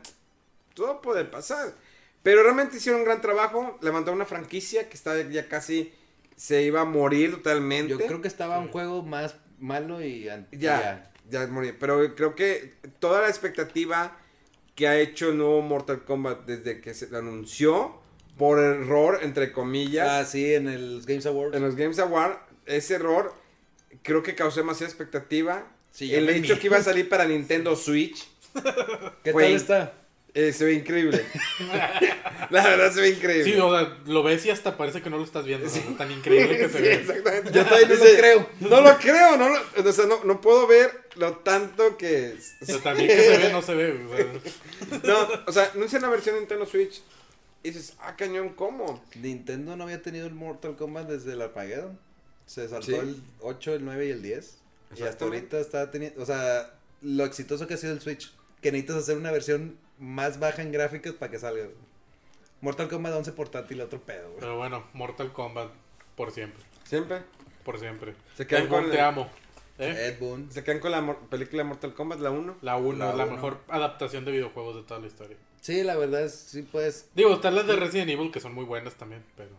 S1: todo puede pasar. Pero realmente hicieron un gran trabajo, levantaron una franquicia que está ya casi se iba a morir totalmente.
S3: Yo creo que estaba un juego más malo y... an-
S1: Ya, ya morí. Pero creo que toda la expectativa que ha hecho el nuevo Mortal Kombat desde que se anunció, por error, entre
S3: Ah,
S1: comillas,
S3: sí, en el Games Awards.
S1: en los Games Award, ese error creo que causó demasiada expectativa.
S3: Sí, ya
S1: el
S3: me
S1: hecho
S3: vi.
S1: que iba a salir para Nintendo Switch
S3: ¿Qué
S1: Güey.
S3: tal está?
S1: eh, se ve increíble. <laughs> la verdad se ve increíble.
S2: Sí, o sea, lo ves y hasta parece que no lo estás viendo, o sea, tan increíble que se
S1: Sí,
S2: ve.
S1: exactamente.
S3: <laughs> Yo todavía no lo
S1: Dice,
S3: creo.
S1: No lo creo, no lo- o sea, no, no puedo ver lo tanto que
S2: O sea, también que se ve, no se ve. o sea.
S1: No, o sea, anuncian la versión de Nintendo Switch. Y dices, ah, cañón, ¿cómo?
S3: Nintendo no había tenido el Mortal Kombat desde el Armageddon. Se saltó
S1: Sí.
S3: el 8, el 9 y el 10. Y hasta
S1: Exactamente.
S3: ahorita está teniendo... O sea, lo exitoso que ha sido el Switch. Que necesitas hacer una versión más baja en gráficas para que salga. güey. Mortal Kombat 11 portátil, otro pedo, güey.
S2: Pero bueno, Mortal Kombat, por siempre,
S1: Siempre.
S2: por siempre.
S1: Se quedan
S2: Ed Boon,
S1: con
S2: te
S1: la-
S2: amo. ¿eh?
S3: Ed Boon.
S1: Se quedan con la mor- película Mortal Kombat, la 1.
S2: La 1
S3: La
S2: es la
S3: uno.
S2: mejor adaptación de videojuegos de toda la historia.
S3: Sí, la verdad, es- sí puedes...
S2: Digo, están las de Resident Evil que son muy buenas también, pero...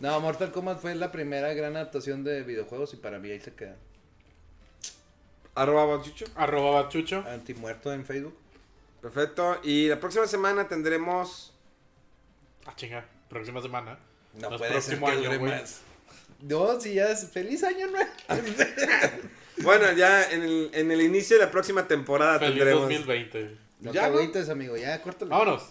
S3: No, Mortal Kombat fue la primera gran adaptación de videojuegos y para mí ahí se queda.
S1: Arroba Bachucho.
S2: Arroba Bachucho.
S3: Eh. Antimuerto en Facebook.
S1: Perfecto. Y la próxima semana tendremos.
S2: Ah, chinga, próxima semana.
S3: No
S2: Nos
S3: puede ser que dure
S2: güey.
S3: más. No, si ya es feliz año nuevo.
S1: Bueno, ya en el, en el inicio de la próxima temporada
S2: Feliz
S1: tendremos.
S2: 2020.
S3: No
S1: Ya,
S3: te
S1: ¿no?
S3: agüites, amigo, ya córtalo.
S2: Vámonos.